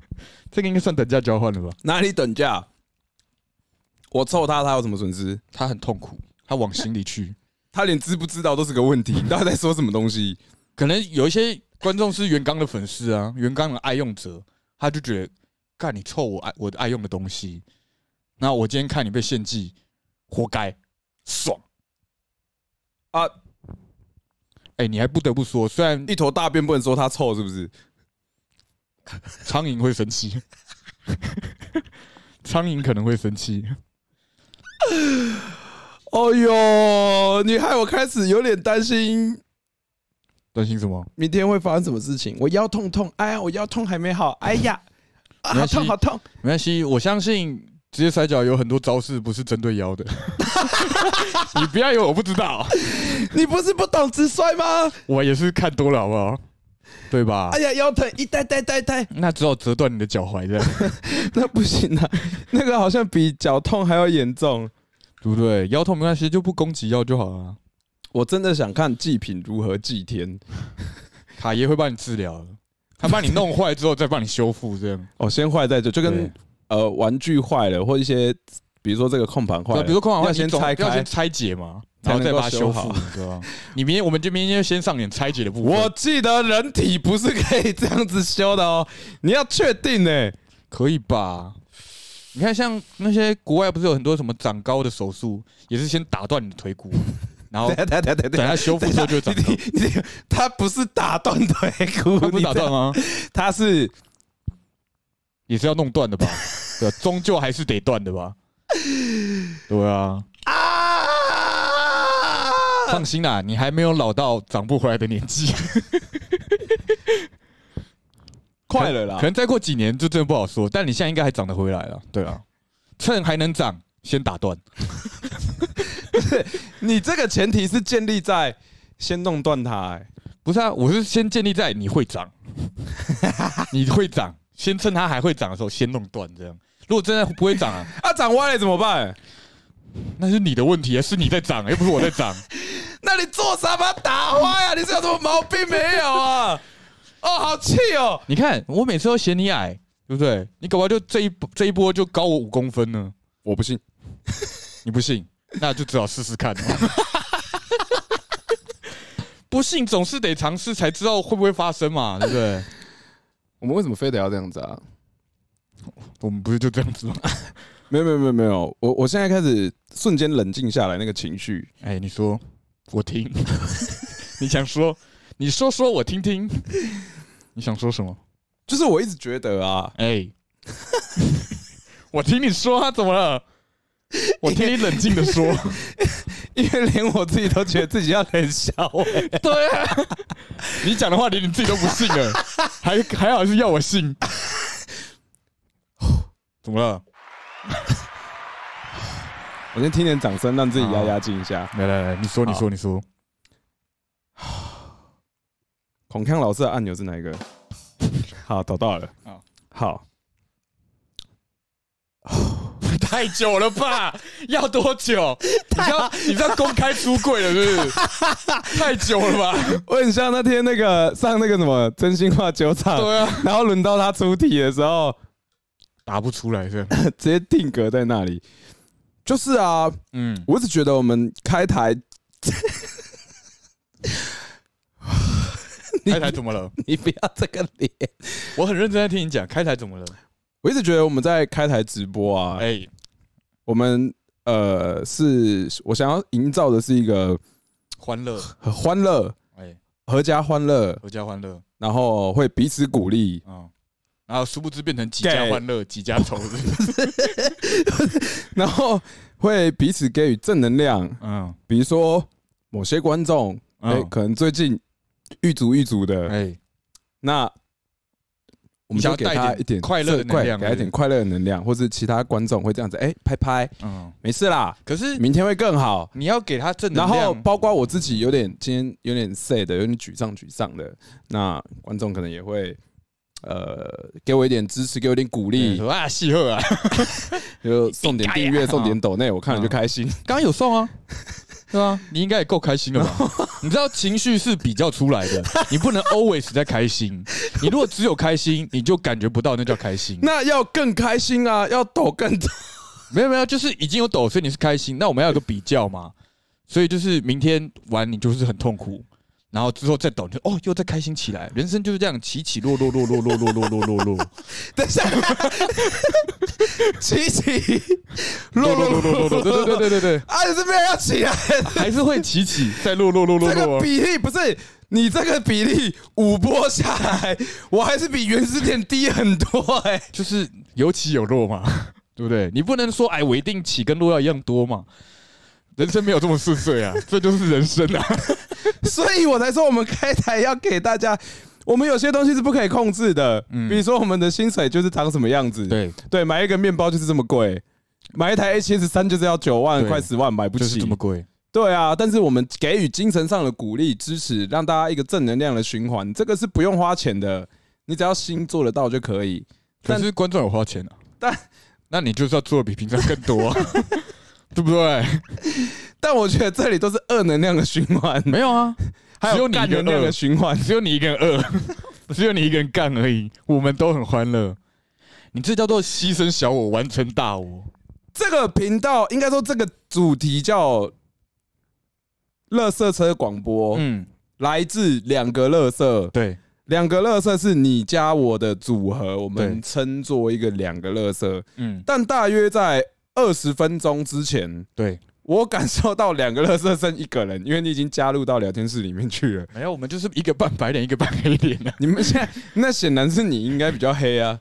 这个应该算等价交换了吧？哪里等价？我凑他，他有什么损失？他很痛苦，他往心里去。他连知不知道都是个问题。你到底在说什么东西？可能有一些观众是袁刚的粉丝啊，袁刚的爱用者，他就觉得，干你臭我爱我的爱用的东西，那我今天看你被献祭，活该，爽啊！哎、你还不得不说，虽然一坨大便不能说它臭，是不是？苍蝇会生气， 苍蝇可能会生气。哦呦，你害我开始有点担心担心什么？明天会发生什么事情。我腰痛痛，哎呀，我腰痛还没好，哎呀，没啊好关系痛好痛！没关系，我相信直接摔跤有很多招式不是针对腰的。 你不要以为我不知道，你不是不懂直摔吗？我也是看多了，好不好？对吧？哎呀，腰疼，一呆呆呆呆，那只好折断你的脚踝 的，那不行啊， 那个好像比脚痛还要严重。对不对？腰痛没关系，就不攻击腰就好了啊。我真的想看祭品如何祭天。卡爷会帮你治疗的，他把你弄坏之后再帮你修复，这样。哦，先坏再做，就跟对呃玩具坏了或一些，比如说这个控盘 对坏啊了，比如说空碗要换先要拆开先。拆解嘛，才然后能再够把它修修好复，对吧？你明天我们就明天就先上点拆解的部分。我记得人体不是可以这样子修的哦，你要确定呢、可以吧？你看，像那些国外不是有很多什么长高的手术，也是先打断你的腿骨，然 后等一下等一下等一下等它修复之后就会长等一下高。你你你他不是打断腿骨，它不是打断你吗？这，他是也是要弄断的吧？对、啊，终究还是得断的吧？对啊，啊， 放心啦，你还没有老到长不回来的年纪，快了可啦能，再过几年就真的不好说。但你现在应该还长得回来了，对啊，趁还能长，先打断。你这个前提是建立在先弄断它、欸，不是啊，我是先建立在你会长，你会长，先趁它还会长的时候先弄断，这样。如果真的不会长、啊，啊，长歪了怎么办？那是你的问题啊，是你在长，又不是我在长。那你做啥把它打歪呀、啊？你是有什么毛病没有啊？哦，好气哦！你看，我每次都嫌你矮，对不对？你搞不好就这一波这一波就高我五公分呢，我不信。你不信？那就只好试试看哦。 不信总是得尝试才知道会不会发生嘛，对不对？我们为什么非得要这样子啊？我们不是就这样子吗？ 没有没有没有没有，我我现在开始瞬间冷静下来，那个情绪，哎，你说，我听。 你想说，你说说我听听。你想说什么？就是我一直觉得啊， 哎， 我听你说啊，怎么了？我听你冷静的说。因为连我自己都觉得自己要很小、 欸，对啊，你讲的话连你自己都不信了，还还好是要我信。 怎么了？我先听点掌声，让自己压压惊一下。来来来，你说，你说，你说。孔康老师的按钮是哪 一个？好，找到了好。好， 太久了 吧？要多久？你知道你知道公开出柜了是不是？ 太久了吧？我很像那天那个上那个什么真心话酒场，对啊，然后轮到他出题的时候，答不出来是？直接定格在那里。就是啊， 嗯，我只觉得我们开台， 开台怎么了？你不要这个脸。我很认真在听你讲，开台怎么了？我一直觉得我们在开台直播啊，哎，我们呃是我想要营造的是一个欢乐，很欢乐、哎，合家欢乐，合家欢乐然后会彼此鼓励。啊。然后殊不知变成几家欢 乐几家愁，是不是然后会彼此给予正能量，嗯，比如说某些观众，哎、嗯可能最近遇足遇足的，哎，那我们想就要带给他点一点快乐的正快能量给他是不一是点快乐的能量，或是其他观众会这样子，哎、拍拍，嗯，没事啦，可是明天会更好。你要给他正能然后量，包括我自己有点今天有点 sad 的，有点沮丧沮丧的，那观众可能也会。呃，给我一点支持，给我一点鼓励，对啊，戏鹤啊，就送点订阅，送点抖内，我看了就开心。刚刚有送啊，对啊，你应该也够开心了吧？你知道情绪是比较出来的，你不能 always 在开心。你如果只有开心，你就感觉不到那叫开心。那要更开心啊，要抖更多。没有没有，就是已经有抖，所以你是开心。那我们要有个比较嘛，所以就是明天玩你就是很痛苦，然后之后再抖，你就哦又再开心起来。人生就是这样起起落落落落落落落落落落等一下，起起落落落落落落落，对对对对对对，啊，你这边要起来，还是会起起再落落落落落这个啊。比例不是你这个比例五波下来，我还是比原始点低很多哎、就是有起有落嘛， 对不对？你不能说哎，我一定起跟落要一样多嘛。人生没有这么顺遂啊， 这就是人生啊。所以我才说我们开台要给大家。我们有些东西是不可以控制的，嗯比如说我们的薪水就是长什么样子，对，对，买一个面包就是这么贵，买一台 A 7 S 三就是要九万对快十万，买不 就是起 这，么贵。对啊，但是我们给予精神上的鼓励、支持，让大家一个正能量的循环，这个是不用花钱的，你只要心做得到就可以。可是观众有花钱啊，但那你就是要做的比平常更 多、啊，对不对？但我觉得这里都是恶能量的循环，没有啊，还只有有你一个干能量的循环。只有你一个人饿，只有你一个人干而已，我们都很欢乐。你这叫做牺牲小我，完成大我。这个频道应该说这个主题叫“乐色车广播”，嗯，来自两个乐色，对，两个乐色是你加我的组合，我对们称作为一个两个乐色。嗯，但大约在二十分钟之前，对，我感受到两个乐色剩一个人，因为你已经加入到聊天室里面去了。没有，我们就是一个扮白脸，一个扮黑脸啊。你们现 在那显然是你应该比较黑啊！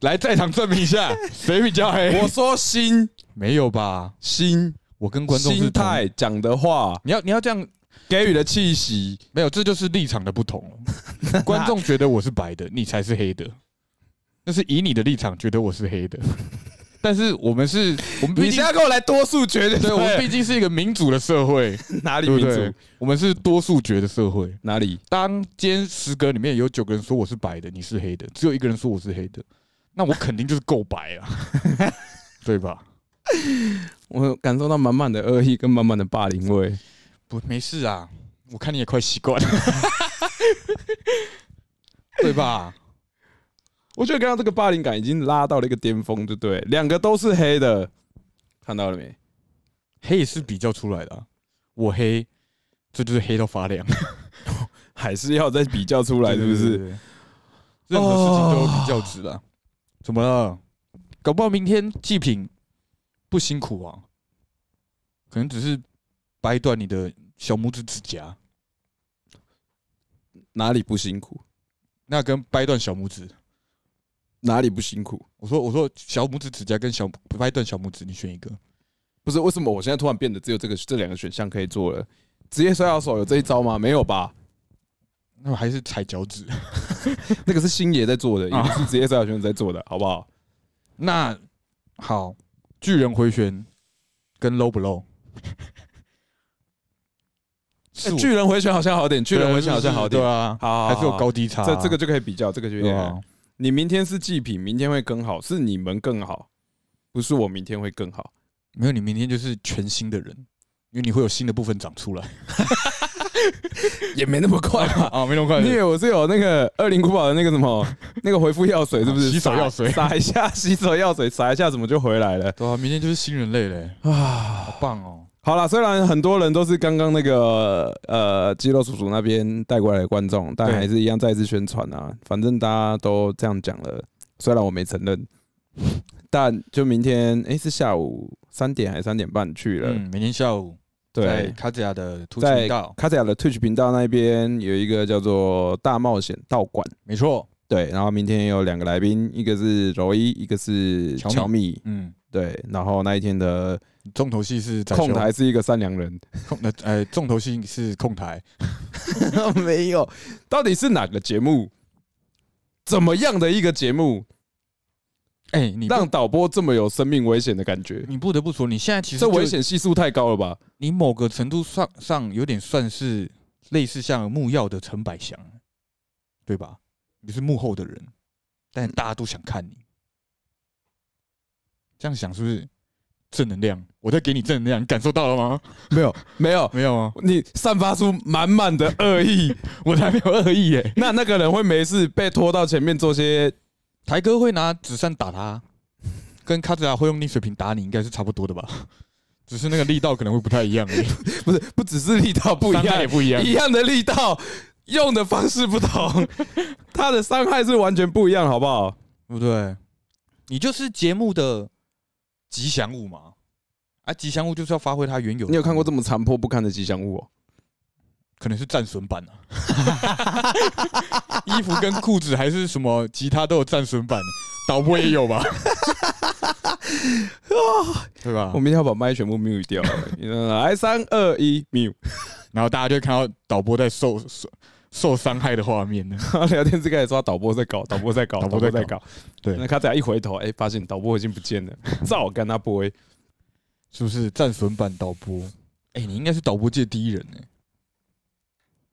来，在场证明一 下，谁比较黑？我说心没有吧？心我跟观众是心同，态讲的话，你要你要这样，给予的气息，没有，这就是立场的不同了。 观众觉得我是白的，你才是黑的，那是以你的立场觉得我是黑 的。但是我们是，我们毕你现竟在给我来多数决对对，不我们对？毕竟是一个民主的社会， 哪里对不民对主？？我们是多数决的社会。哪里？当今天十个里面有九个人说我是白的，你是黑的，只有一个人说我是黑的，那我肯定就是够白 啊，对吧？我感受到满满的恶意跟满满的霸凌味。不，没事啊，我看你 也快习惯了，对吧？我觉得刚刚这个霸凌感已经拉到了一个巅峰，对不对？两个都是黑的，看到了没？黑也是比较出来的、啊，我黑，这就是黑到发亮，还是要再比较出来，是不对？对是？对对任何事情都有比较值啊。怎么了？搞不好明天祭品不辛苦啊，可能只是掰断你的小拇指指甲，哪里不辛苦？那跟掰断小拇指。哪里不辛苦？我说我说小拇指指甲跟小掰断小拇指，你选一个。不是为什么我现在突然变得只有这个这两个选项可以做了？职业摔跤手有这一招吗？没有吧？那我还是踩脚趾。那个是星爷在做的，啊也不是职业摔跤选手在做的，好不好？那好，巨人回旋跟 low 不 low？是欸我巨人回旋好像好点，巨人回旋好像好哎对点，啊，好，还是有好高低差啊。这这个就可以比较，这个就有对点啊好。，你明天是祭品，明天会更好，是你们更好，不是我明天会更好。没有你明天就是全新的人，因为你会有新的部分长出来。也没那么哦快 吧？啊，没那么快你以为我是有那个恶灵古堡的那个什么那个回复药水是不是？洗手药水撒撒一下 洗手药水，撒一下怎么就回来了对啊，明天就是新人类嘞，啊？好棒哦！好啦，虽然很多人都是刚刚那个呃肌肉叔叔那边带过来的观众，但对还是一样再次宣传啊。反正大家都这样讲了，虽然我没承认，但就明天诶、是下午三点还是三点半去了？嗯，明天下午在对，卡子亚的突在频道，卡塔亚的 Twitch 频道那边有一个叫做大冒险道馆。没错，对，然后明天有两个来宾，一个是柔一，一个是乔米乔米。嗯，对，然后那一天的重头戏是在控台是一个善良人，控，呃，哎重头戏是控台， 没有，到底是哪个节目？怎么样的一个节目哎，你不让导播这么有生命危险的感觉？你不得不说，你现在其实这就危，险系数太高了吧？你某个程度上上有点算是类似像木曜的陈百祥，对吧？你是幕后的人，但大家都想看你。这样想是不是正能量？我在给你正能量，你感受到了吗？没有，没有， 没有啊，你散发出满满的恶意，我才没有恶意耶、那那个人会没事被拖到前面做些台哥会拿纸扇打他，跟卡子亚啊会用逆水瓶打你，应该是差不多的吧？只是那个力道可能会不太一样而已，不是不只是力道不一伤害样 也，不一样。一样的力道，用的方式不同，它的伤害是完全不一样，好不好？对不对？你就是节目的吉祥物嘛，啊，吉祥物就是要发挥它原有。你有看过这么？么残破不堪的吉祥物、哦？可能是战损版啊， 衣服跟裤子还是什么吉他都有战损版，导播也 有吧？对吧哦我？明天要把麦全部 mute 掉了，来哎三二一 mute。然后大家就会看到导播在受受受伤害的画面呢。聊天室开始抓导播在搞， 导播在搞，导导播播在在搞搞。对那他只要一回头，哎、发现导播已经不见了，照跟他播。哎是不是战损版导播？哎、你应该是导播界第一人呢、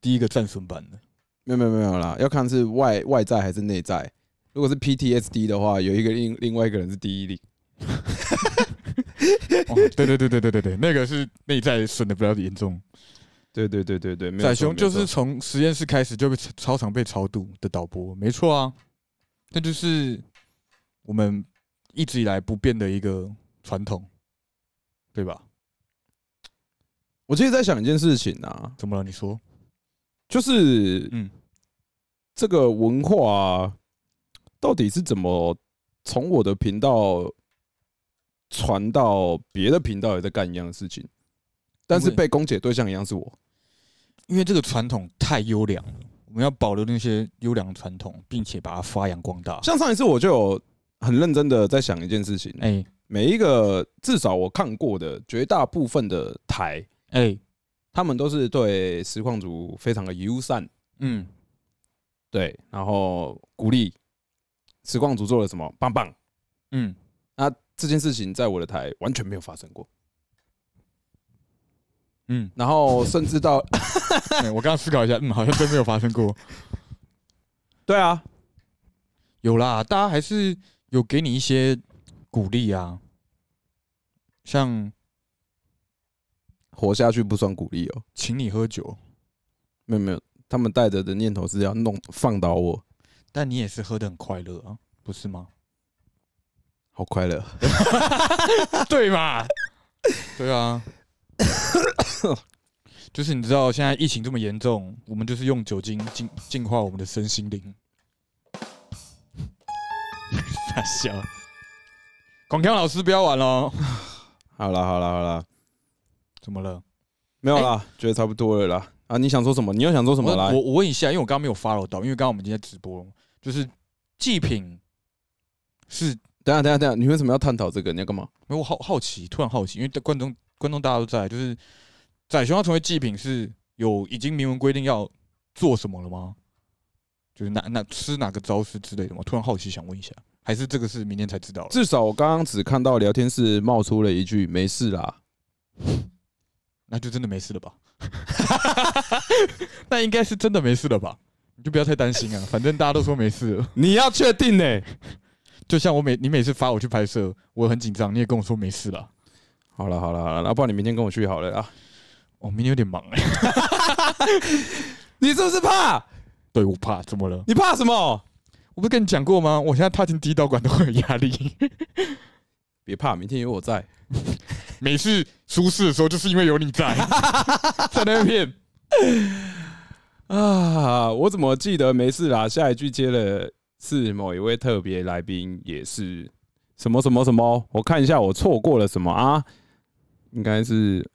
第一个战损版的。没有没有没有啦，要看是外外在还是内在。如果是 PTSD 的话，有一个另另外一个人是第一例，哦，对对对对对对对，那个是内在损的比较严重。对对对对对，没有宰错熊就没是有错从实验室开始就被超常被超度的导播，没错啊，那就是我们一直以来不变的一个传统，对吧？我其实在想一件事情啊，怎么了？你说？就是嗯，这个文化、啊、到底是怎么从我的频道传到别的频道也在干一样的事情，但是因为被公检对象一样是我。因为这个传统太优良了，我们要保留那些优良的传统，并且把它发扬光大。像上一次我就有很认真的在想一件事情，哎每一个至少我看过的绝大部分的台，哎，他们都是对实况组非常的友善，嗯，对，然后鼓励实况组做了什么，棒棒。嗯，那这件事情在我的台完全没有发生过，嗯， 然后甚至到 对我刚刚思考一下，嗯，好像真没有发生过。对啊，有啦，大家还是有给你一些鼓励啊，像活下去不算鼓励哦，请你喝酒，没有没有，他们带着的念头是要弄放倒我，但你也是喝得很快乐啊。不是吗？好快乐。对嘛？对啊，就是你知道现在疫情这么严重，我们就是用酒精净净化我们的身心灵。 傻笑，孔锵老师不要玩喽！好啦好啦好啦，怎么了？没有啦，觉得差不多了啦。啊，你想说什么？你又想说什么我来我？我问一下，因为我刚刚没有 follow 到，因为刚刚我们今天在直播，就是祭品是，等一下等一下等一下，你为什么要探讨这个？你要干嘛？没有我好好奇，突然好奇，因为观众观众大家都在，就是宰熊要成为祭品是有已经明文规定要做什么了吗？就是哪哪吃哪个招式之类的吗？突然好奇想问一下，还是这个是明天才知道了？至少我刚刚只看到聊天室冒出了一句“没事啦那就真的没事了吧？ 那应该是真的没事了吧？你就不要太担心啊，反正大家都说没事了。”。你要确定呢、就像我每你每次发我去拍摄，我很紧张，你也跟我说没事了。好了好了好了，那不然你明天跟我去好了啊。我、明天有点忙哎、你是不是怕？ 对我怕怎么了？你怕什么？我不是跟你讲过吗？我现在踏进第一道馆都会有压力。 别怕，明天有我在。每次出事的时候，就是因为有你在， 在那边啊，我怎么记得没事啦？下一句接了是某一位特别来宾，也是什么什么什么？我看一下我错过了什么啊？应该是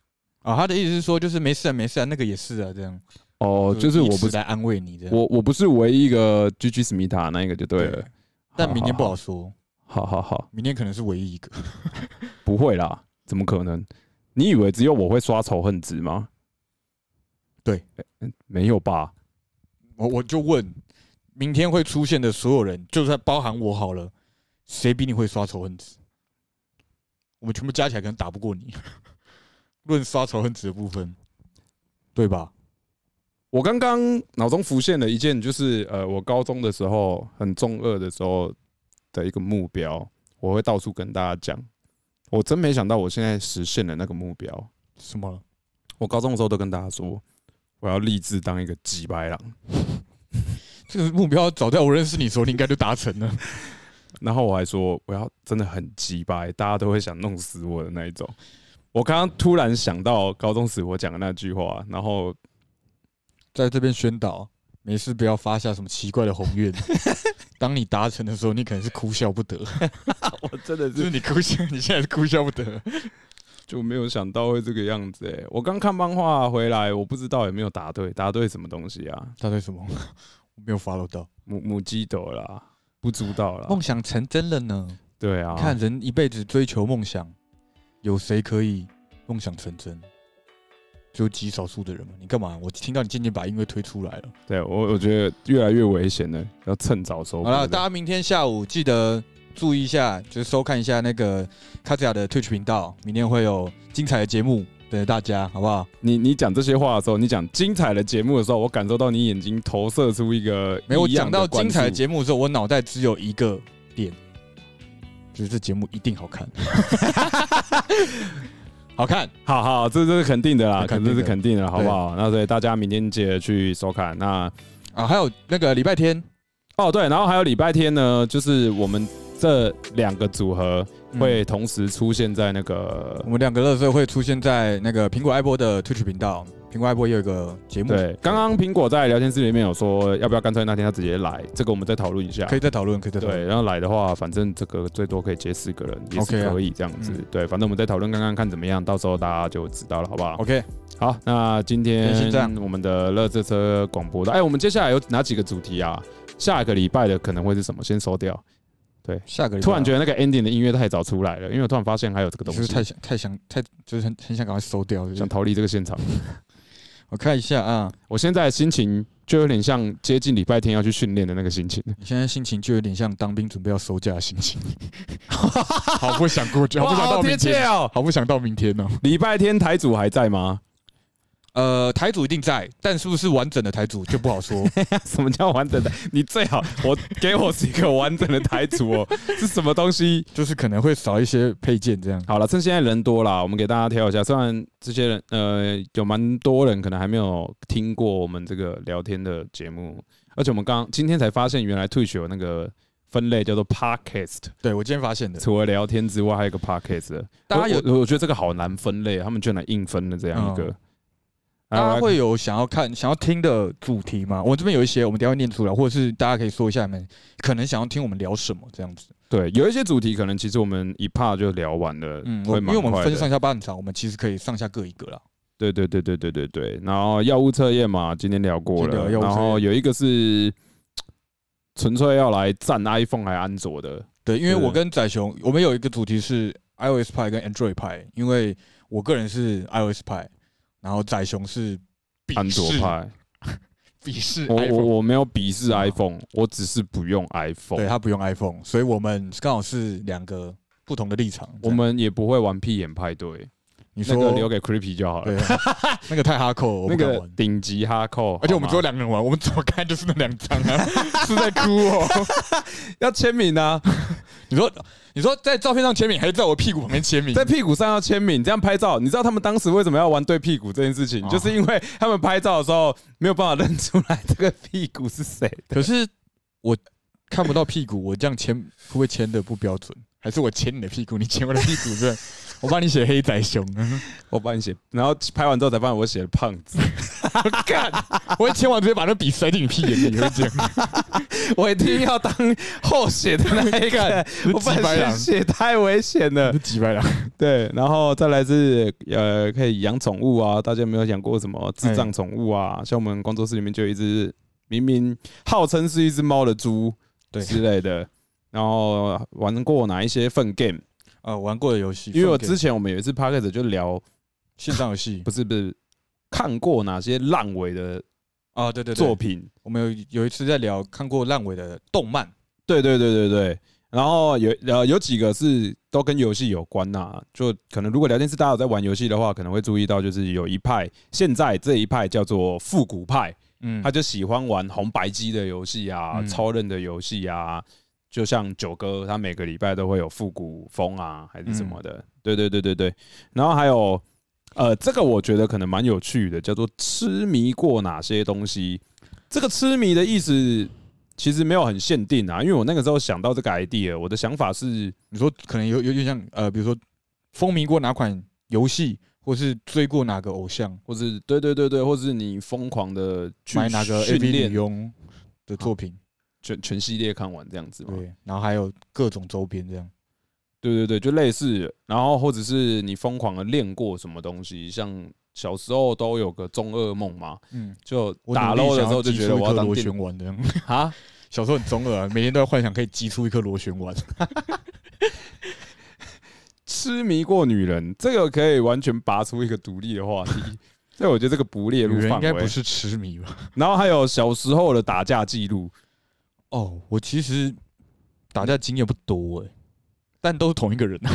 啊。他的意思是说，就是没事啊，没事啊，那个也是啊，这样。哦，就是我一不直是在啊安慰你这样。我我不是唯一一个 G G 思密达那一个就对了。，但明天不好说，好好好，明天可能是唯一一个。不会啦，怎么可能？你以为只有我会刷仇恨值吗？对诶，没有吧？我我就问，明天会出现的所有人，就算包含我好了，谁比你会刷仇恨值？我们全部加起来可能打不过你。论刷仇恨值的部分，对吧？我刚刚脑中浮现了一件，就是呃，我高中的时候很中二的时候的一个目标，我会到处跟大家讲。我真没想到我现在实现了那个目标。什么？我高中的时候都跟大家说，我要立志当一个鸡白狼。这个目标早在我认识你的时候，你应该就达成了。 然后我还说我要真的很鸡掰，大家都会想弄死我的那一种。我刚刚突然想到高中时我讲的那句话，然后在这边宣导，没事不要发下什么奇怪的宏愿。 当你达成的时候，你可能是哭笑不得， 我真的就是你哭笑，你现在是哭笑不得。 就没有想到会这个样子、欸。我刚看漫画回来，我不知道有没有答对，答对什么东西啊？他对什么？ 我没有 follow 到，母母鸡斗啦，不知道啦。梦想成真了呢。对啊，看人一辈子追求梦想，有谁可以梦想成真？只有极少数的人嘛。你干嘛？我听到你渐渐把音乐推出来了。对我我觉得越来越危险了，要趁早收好割。了，大家明天下午记得注意一下，就是收看一下那个卡子亚的 Twitch 频道，明天会有精彩的节目等着大家，好不好？你你讲这些话的时候，你讲精彩的节目的时候，我感受到你眼睛投射出一个没有，我异样讲的到关精彩的注节目之后，我脑袋只有一个点，就是这节目一定好 看，好看。好好，这这是肯定的啦，这肯肯定定是的肯定的，好不好？那所以大家明天记得去收看。那啊，还有那个礼拜天哦对，然后还有礼拜天呢，就是我们这两个组合嗯会同时出现在那个我、们两个乐色会出现在那个苹果爱播的 Twitch 频道，苹果爱播也有一个节目，对，刚刚苹果在聊天室里面有说，要不要干脆那天他直接来，这个我们再讨论一下可。以再讨论，可以再讨论。对，然后来的话，反正这个最多可以接四个人，也是 OK 啊可以这样子嗯。对，反正我们再讨论看看看怎么样，到时候大家就知道了，好不好？ OK，好，那今天先这样我们的乐这车广播的，哎，我们接下来有哪几个主题啊？下一个礼拜的可能会是什么？先收掉。下个礼拜突然觉得那个 ending 的音乐太早出来了，因为我突然发现还有这个你东是不西是，太想太想太就是很很想赶快收掉？就是想逃离这个现场。我看一下啊，我现在的心情就有点像接近礼拜天要去训练的那个心情。你现在心情就有点像当兵准备要收假的心 情，好不想过去，好不想到明天，哦！好不想到明天哦。礼拜天台主还在吗？ 呃，台主一定在，但是不是完整的台主就不好说。 什么叫完整的？你最好我给我是一个完整的台主 哦，是什么东西？就是可能会少一些配件这样。好了，趁现在人多啦，我们给大家挑一下。虽然这些人呃有蛮多人可能还没有听过我们这个聊天的节目，而且我们刚今天才发现，原来退学有那个分类叫做 podcast，对我今天发现的，除了聊天之外，还有一个 podcast 的。大家有嗯我我我觉得这个好难分类，啊他们居然硬分了这样一个。哎大我家来会有想要看、想要听的主题吗？我这边有一些，我们等一下会念出来，或者是大家可以说一下你们可能想要听我们聊什么这样子。对有一些主题，可能其实我们一 part 就聊完了，嗯，我会因蛮为我们快分的上下半场，我们其实可以上下各一个啦。对对对对对对对。然后药物测验嘛，今天聊过今天了。聊药物测验然后有一个是纯粹要来占 iPhone 还安卓的，对，因为我对跟仔雄，我们有一个主题是 iOS 派跟 Android 派，因为我个人是 iOS 派，然后仔雄是鄙安卓视派。鄙视我我 iPhone，我没有鄙视啊 iPhone，我只是不用对 iPhone。他不用 iPhone，所以我们刚好是两个不同的立场。我们也不会玩屁眼派对，你那说个留给 Creepy 就好了对。，啊那个太哈扣，我那不敢个玩。顶级哈扣，而且我们只好有吗两个人玩，我们怎么看就是那两张啊， 是在哭哦。要签名啊， 你说，你说在照片上签名，还是在我屁股旁边签 名？ 在屁股上要签名，这样拍照。你知道他们当时为什么要玩对屁股这件事情哦，就是因为他们拍照的时候没有办法认出来这个屁股是谁。可是我看不到屁股，我这样签会不会签的不标准？还是我签你的屁股，你签我的屁股这 样？我帮你写黑仔熊， 我帮你写，然后拍完之后才发现我写了胖 子，干！我一签完直接把那笔塞进你屁眼里，会这样？ 我一定要当后写的那一个 干。你 我几本百来两， 写太危险了你。几百两？对，然后再来是呃，可以养宠物啊，大家有没有养过什么智障宠物啊？像我们工作室里面就有一只明明号称是一只猫的猪，对之类的。然后玩过哪一些粪 game？呃，玩过的游戏，因为我 Fun 之 Game，前我们有一次 p a c k a g e 就聊，线上游戏不是不是，看过哪些烂尾的啊，对对作对，品？我们有有一次在聊看过烂尾的动漫，对对对对对。然后有呃有几个是都跟游戏有关呐、就可能如果聊天室大家有在玩游戏的话，可能会注意到，就是有一派现在这一派叫做复古派，嗯他就喜欢玩红白机的游戏啊、嗯超任的游戏啊，就像九哥，他每个礼拜都会有复古风啊，还是什么的。嗯对对对对对。然后还有，呃，这个我觉得可能蛮有趣的，叫做痴迷过哪些东西。这个痴迷的意思其实没有很限定啊，因为我那个时候想到这个 idea，我的想法是，你说可能有有点像呃，比如说风靡过哪款游戏，或是追过哪个偶像，或是对对对对，或是你疯狂的去买哪个 A 训 V 女练佣的作品，全全系列看完这样子嘛。对，然后还有各种周边这样，对对对，就类似，然后或者是你疯狂的练过什么东西，像小时候都有个中二梦嘛，嗯，就我打努力漏的想时候就击觉出得一我要颗当螺电旋丸这样， 啊，小时候很中二、啊，每天都在幻想可以击出一颗螺旋 丸，痴迷过女人，这个可以完全拔出一个独立的话题，所以我觉得这个不列女入人应范该不围。是痴迷吧？然后还有小时候的打架记录，哦，我其实打架经验不多哎、但都是同一个人、啊，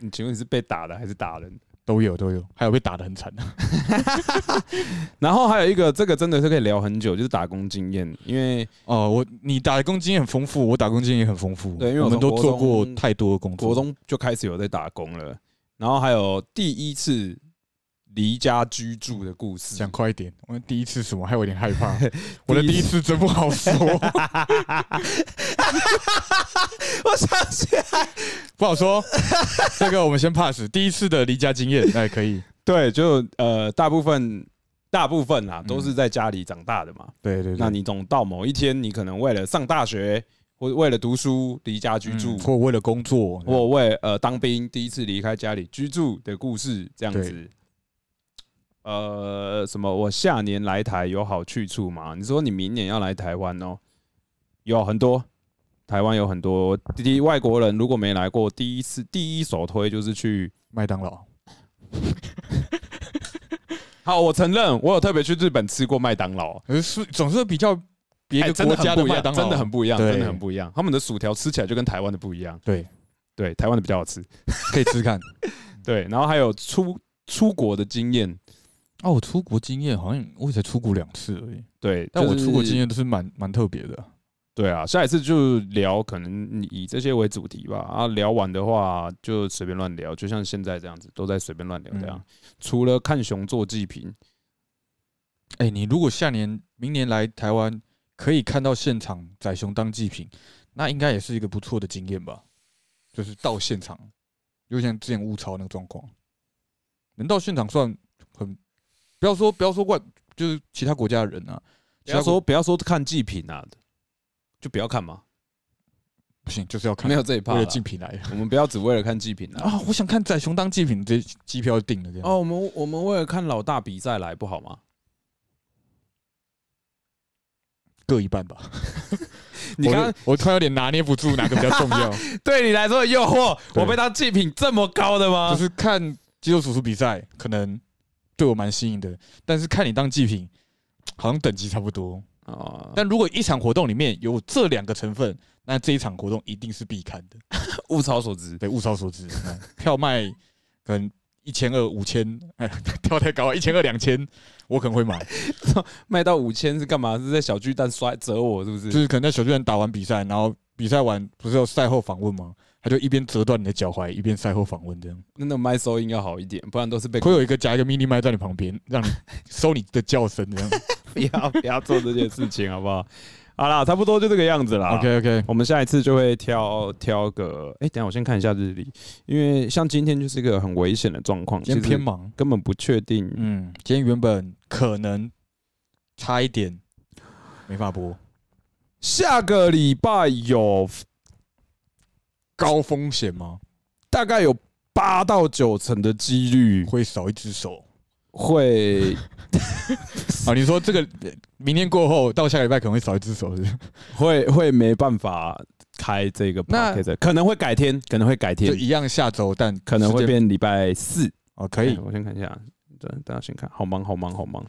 你嗯请问你是被打的还是打人？ 都有都有，还有被打得很惨的、啊然后还有一个，这个真的是可以聊很久，就是打工经验，因为哦，我你打工经验很丰富，我打工经验也很丰富，对因为我我们从都国做过中太多的工作，国中就开始有在打工了，然后还有第一次离家居住的故事，讲快一点，我第一次什么，害我有点害 怕。我的第一次真不好说， 我想起 不好说。这个我们先 pass。第一次的离家经验，哎，可以。对，就呃，大部分大部分啦，嗯都是在家里长大的嘛。对对对，那你总到某一天，你可能为了上大学，或为了读书离家居住，嗯或为了工作，或为呃当兵第一次离开家里居住的故事，这样子对。呃，什么？我下年来台有好去处吗？你说你明年要来台湾哦，有很多。台湾有很多第一外国人，如果没来过，第一次第一首推就是去麦当劳，好，我承认，我有特别去日本吃过麦当劳，可是总是比较别哎的真的国家很不一麦样，当劳，真的很不一样，对真的很不一样。他们的薯条吃起来就跟台湾的不一样，对，对，台湾的比较好吃。可以吃看。对，然后还有出出国的经验， 哦，我出国经验好像我也才出国两次而已，对，但我就是出国经，验都是蛮蛮特别的。对啊，下一次就聊可能以这些为主题吧。啊，聊完的话就随便乱聊，就像现在这样子，都在随便乱聊这样。嗯除了看熊做祭品，哎，你如果下年、明年来台湾，可以看到现场宰熊当祭品，那应该也是一个不错的经验吧？就是到现场，就像之前乌巢那个状况，能到现场算很，不要说不要说外，就是其他国家的人啊，不其他要国说不要说看祭品啊，就不要看嘛。不行，就是要看没有这一趴为啦了，竞品来的我们不要只为了看祭品啊。啊！我想看宰熊当祭品，这机票就定了这样。哦，我们我们为了看老大比赛来不好吗？各一半吧。你刚我就我突然有点拿捏不住哪个比较重 要，对你来说的诱惑，对我被他祭品这么高的吗就？是看肌肉叔叔比赛可能对我蛮吸引的，但是看你当祭品好像等级差不多。哦，但但如果一场活动里面有这两个成分，那这一场活动一定是必看的。物超所值，对，物超所值，嗯票卖可能一千二、五千， 哎，跳太高，一千二、两千，我可能会买。卖到五千是干嘛？是在小巨蛋摔折我是不？就是是可能在小巨人打完比赛，然后比赛完不是有赛后访问吗？他就一边折断你的脚踝，一边赛后访问这样。那那麦收音要好一点，不然都是被会有一个夹一个 mini 麦在你旁边，让你收你的叫声这样。不要不要做这件事情，好不 好？好啦，差不多就这个样子啦。 OK OK，我们下一次就会挑挑个，哎、等一下我先看一下日历，因为像今天就是一个很危险的状况，今天其实偏忙，根本不确定。嗯，今天原本可能差一点没法播，下个礼拜有高风险吗？大概有八到九成的几率会少一只手会 啊？你说这 个呃明天过后到下礼拜可能会少一只手是不是？会会没办法开这个 p o 那 d c a 可能会改天，可能会改就天，一样下周，但可能会时间变礼拜四。哦，可以哎我先看一下，对，大家先看，好忙，好忙，好忙。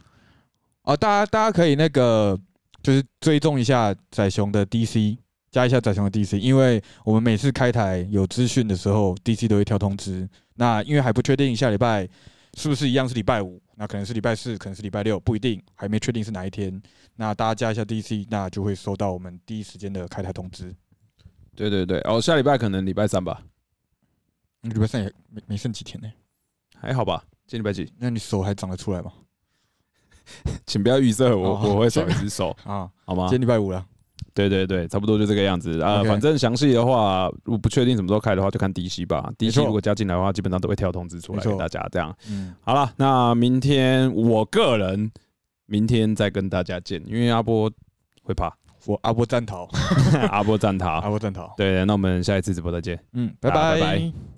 哦，大家大家可以那个就是追踪一下仔熊的 DC，加一下仔熊的 DC，因为我们每次开台有资讯的时候，DC 都会跳通知。那因为还不确定下礼拜是不是一样是礼拜五，那可能是礼拜四，可能是礼拜六，不一定，还没确定是哪一天。那大家加一下 DC，那就会收到我们第一时间的开台通知。对对对，哦，下礼拜可能礼拜三吧，嗯礼拜三也没没剩几天呢、还好吧？今天礼拜几？那你手还长得出来吗？请不要预设我、哦我会少一只 手，啊，好吗今？天礼拜五了。对对对，差不多就这个样子啊。 OK 反正详细的话，如果不确定什么时候开的话，就看 DC 吧。DC 错如果加进来的话，基本上都会跳通知出来没错给大家。这样嗯，好了，那明天我个人明天再跟大家见，因为阿波会怕， 我阿波战逃，阿波站阿他。波战逃。对，那我们下一次直播再见。嗯，大家拜拜拜拜